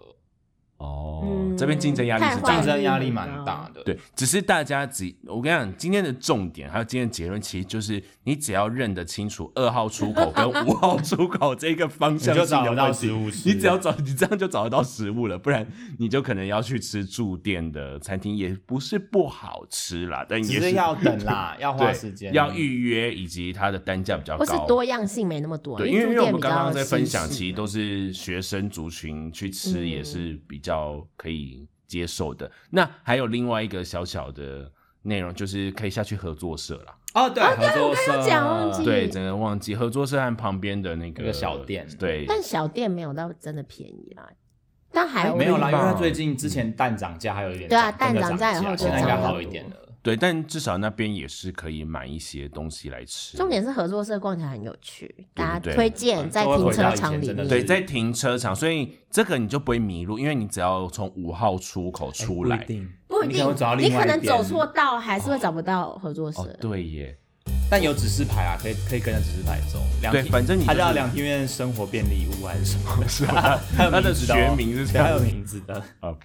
[SPEAKER 2] 哦，
[SPEAKER 3] 嗯
[SPEAKER 2] 这边竞争压力是
[SPEAKER 3] 太
[SPEAKER 2] 这
[SPEAKER 3] 坏
[SPEAKER 2] 样
[SPEAKER 3] 了
[SPEAKER 2] 子
[SPEAKER 4] 竞争压力蛮大
[SPEAKER 3] 啊
[SPEAKER 4] 的。，
[SPEAKER 2] 对，只是大家只我跟你讲，今天的重点还有今天的结论，其实就是你只要认得清楚二号出口跟
[SPEAKER 4] *laughs*
[SPEAKER 2] 五号出口这个方向
[SPEAKER 4] 你就
[SPEAKER 2] 性的
[SPEAKER 4] 找得到
[SPEAKER 2] 问题
[SPEAKER 4] 食物吃
[SPEAKER 2] 你只要找你这样就找得到食物了，不然你就可能要去吃住店的餐厅，也不是不好吃啦，但也
[SPEAKER 4] 只是要等啦， *laughs* 要花
[SPEAKER 2] 对
[SPEAKER 4] 时间，
[SPEAKER 2] 要预约，以及它的单价比较
[SPEAKER 3] 或是
[SPEAKER 2] 高。
[SPEAKER 3] 多样性没那么多，
[SPEAKER 2] 对，因为
[SPEAKER 3] 住
[SPEAKER 2] 因为我
[SPEAKER 3] 店
[SPEAKER 2] 们
[SPEAKER 3] 比较
[SPEAKER 2] 刚刚在分
[SPEAKER 3] 西
[SPEAKER 2] 享，
[SPEAKER 3] 式
[SPEAKER 2] 其实都是学生族群去吃
[SPEAKER 3] 嗯
[SPEAKER 2] 也是比较可以接受的。那还有另外一个小小的内容，就是可以下去合作社啦。
[SPEAKER 4] 哦，对，合作
[SPEAKER 3] 要
[SPEAKER 4] 社
[SPEAKER 3] 啊讲忘记
[SPEAKER 2] 对，整个忘记合作社和旁边的那个
[SPEAKER 4] 那个小店
[SPEAKER 2] 对，
[SPEAKER 3] 但小店没有到真的便宜啦，但还
[SPEAKER 4] 没有啦，因为
[SPEAKER 2] 吧
[SPEAKER 4] 它最近之前蛋涨价还有一点
[SPEAKER 3] 对啊
[SPEAKER 4] 涨真的
[SPEAKER 3] 蛋涨价以后就
[SPEAKER 4] 现在应该
[SPEAKER 2] 涨
[SPEAKER 4] 好
[SPEAKER 3] 了
[SPEAKER 4] 一点了。
[SPEAKER 2] 对，但至少那边也是可以买一些东西来吃。
[SPEAKER 3] 重点是合作社逛起来很有趣，大
[SPEAKER 2] 对对
[SPEAKER 3] 家推荐在
[SPEAKER 4] 嗯都
[SPEAKER 3] 停
[SPEAKER 4] 会回到
[SPEAKER 3] 车
[SPEAKER 4] 以前
[SPEAKER 3] 场里
[SPEAKER 4] 真的
[SPEAKER 3] 面。
[SPEAKER 4] 是
[SPEAKER 2] 对，在停车场，所以这个你就不会迷路，因为你只要从五号出口出来。
[SPEAKER 3] 不一
[SPEAKER 4] 你可
[SPEAKER 3] 定
[SPEAKER 4] 能会找到，
[SPEAKER 3] 你
[SPEAKER 4] 另外
[SPEAKER 3] 可
[SPEAKER 4] 一
[SPEAKER 3] 能
[SPEAKER 4] 边哦
[SPEAKER 3] 走错道，还是会找不到合作社
[SPEAKER 2] 哦，。对耶，
[SPEAKER 4] 但有指示牌啊，可以可以跟着指示牌走。两
[SPEAKER 2] 对
[SPEAKER 4] 厅
[SPEAKER 2] 反正你
[SPEAKER 4] 它
[SPEAKER 2] 就是
[SPEAKER 4] 叫两厅院生活便利屋还是什
[SPEAKER 2] *laughs*
[SPEAKER 4] 么？
[SPEAKER 2] 是吧啊
[SPEAKER 4] 它有 *laughs*
[SPEAKER 2] 它的
[SPEAKER 4] 名字哦
[SPEAKER 2] 学名是这
[SPEAKER 4] 对它
[SPEAKER 2] 样
[SPEAKER 4] 有
[SPEAKER 2] 子
[SPEAKER 4] 名字的。
[SPEAKER 2] OK，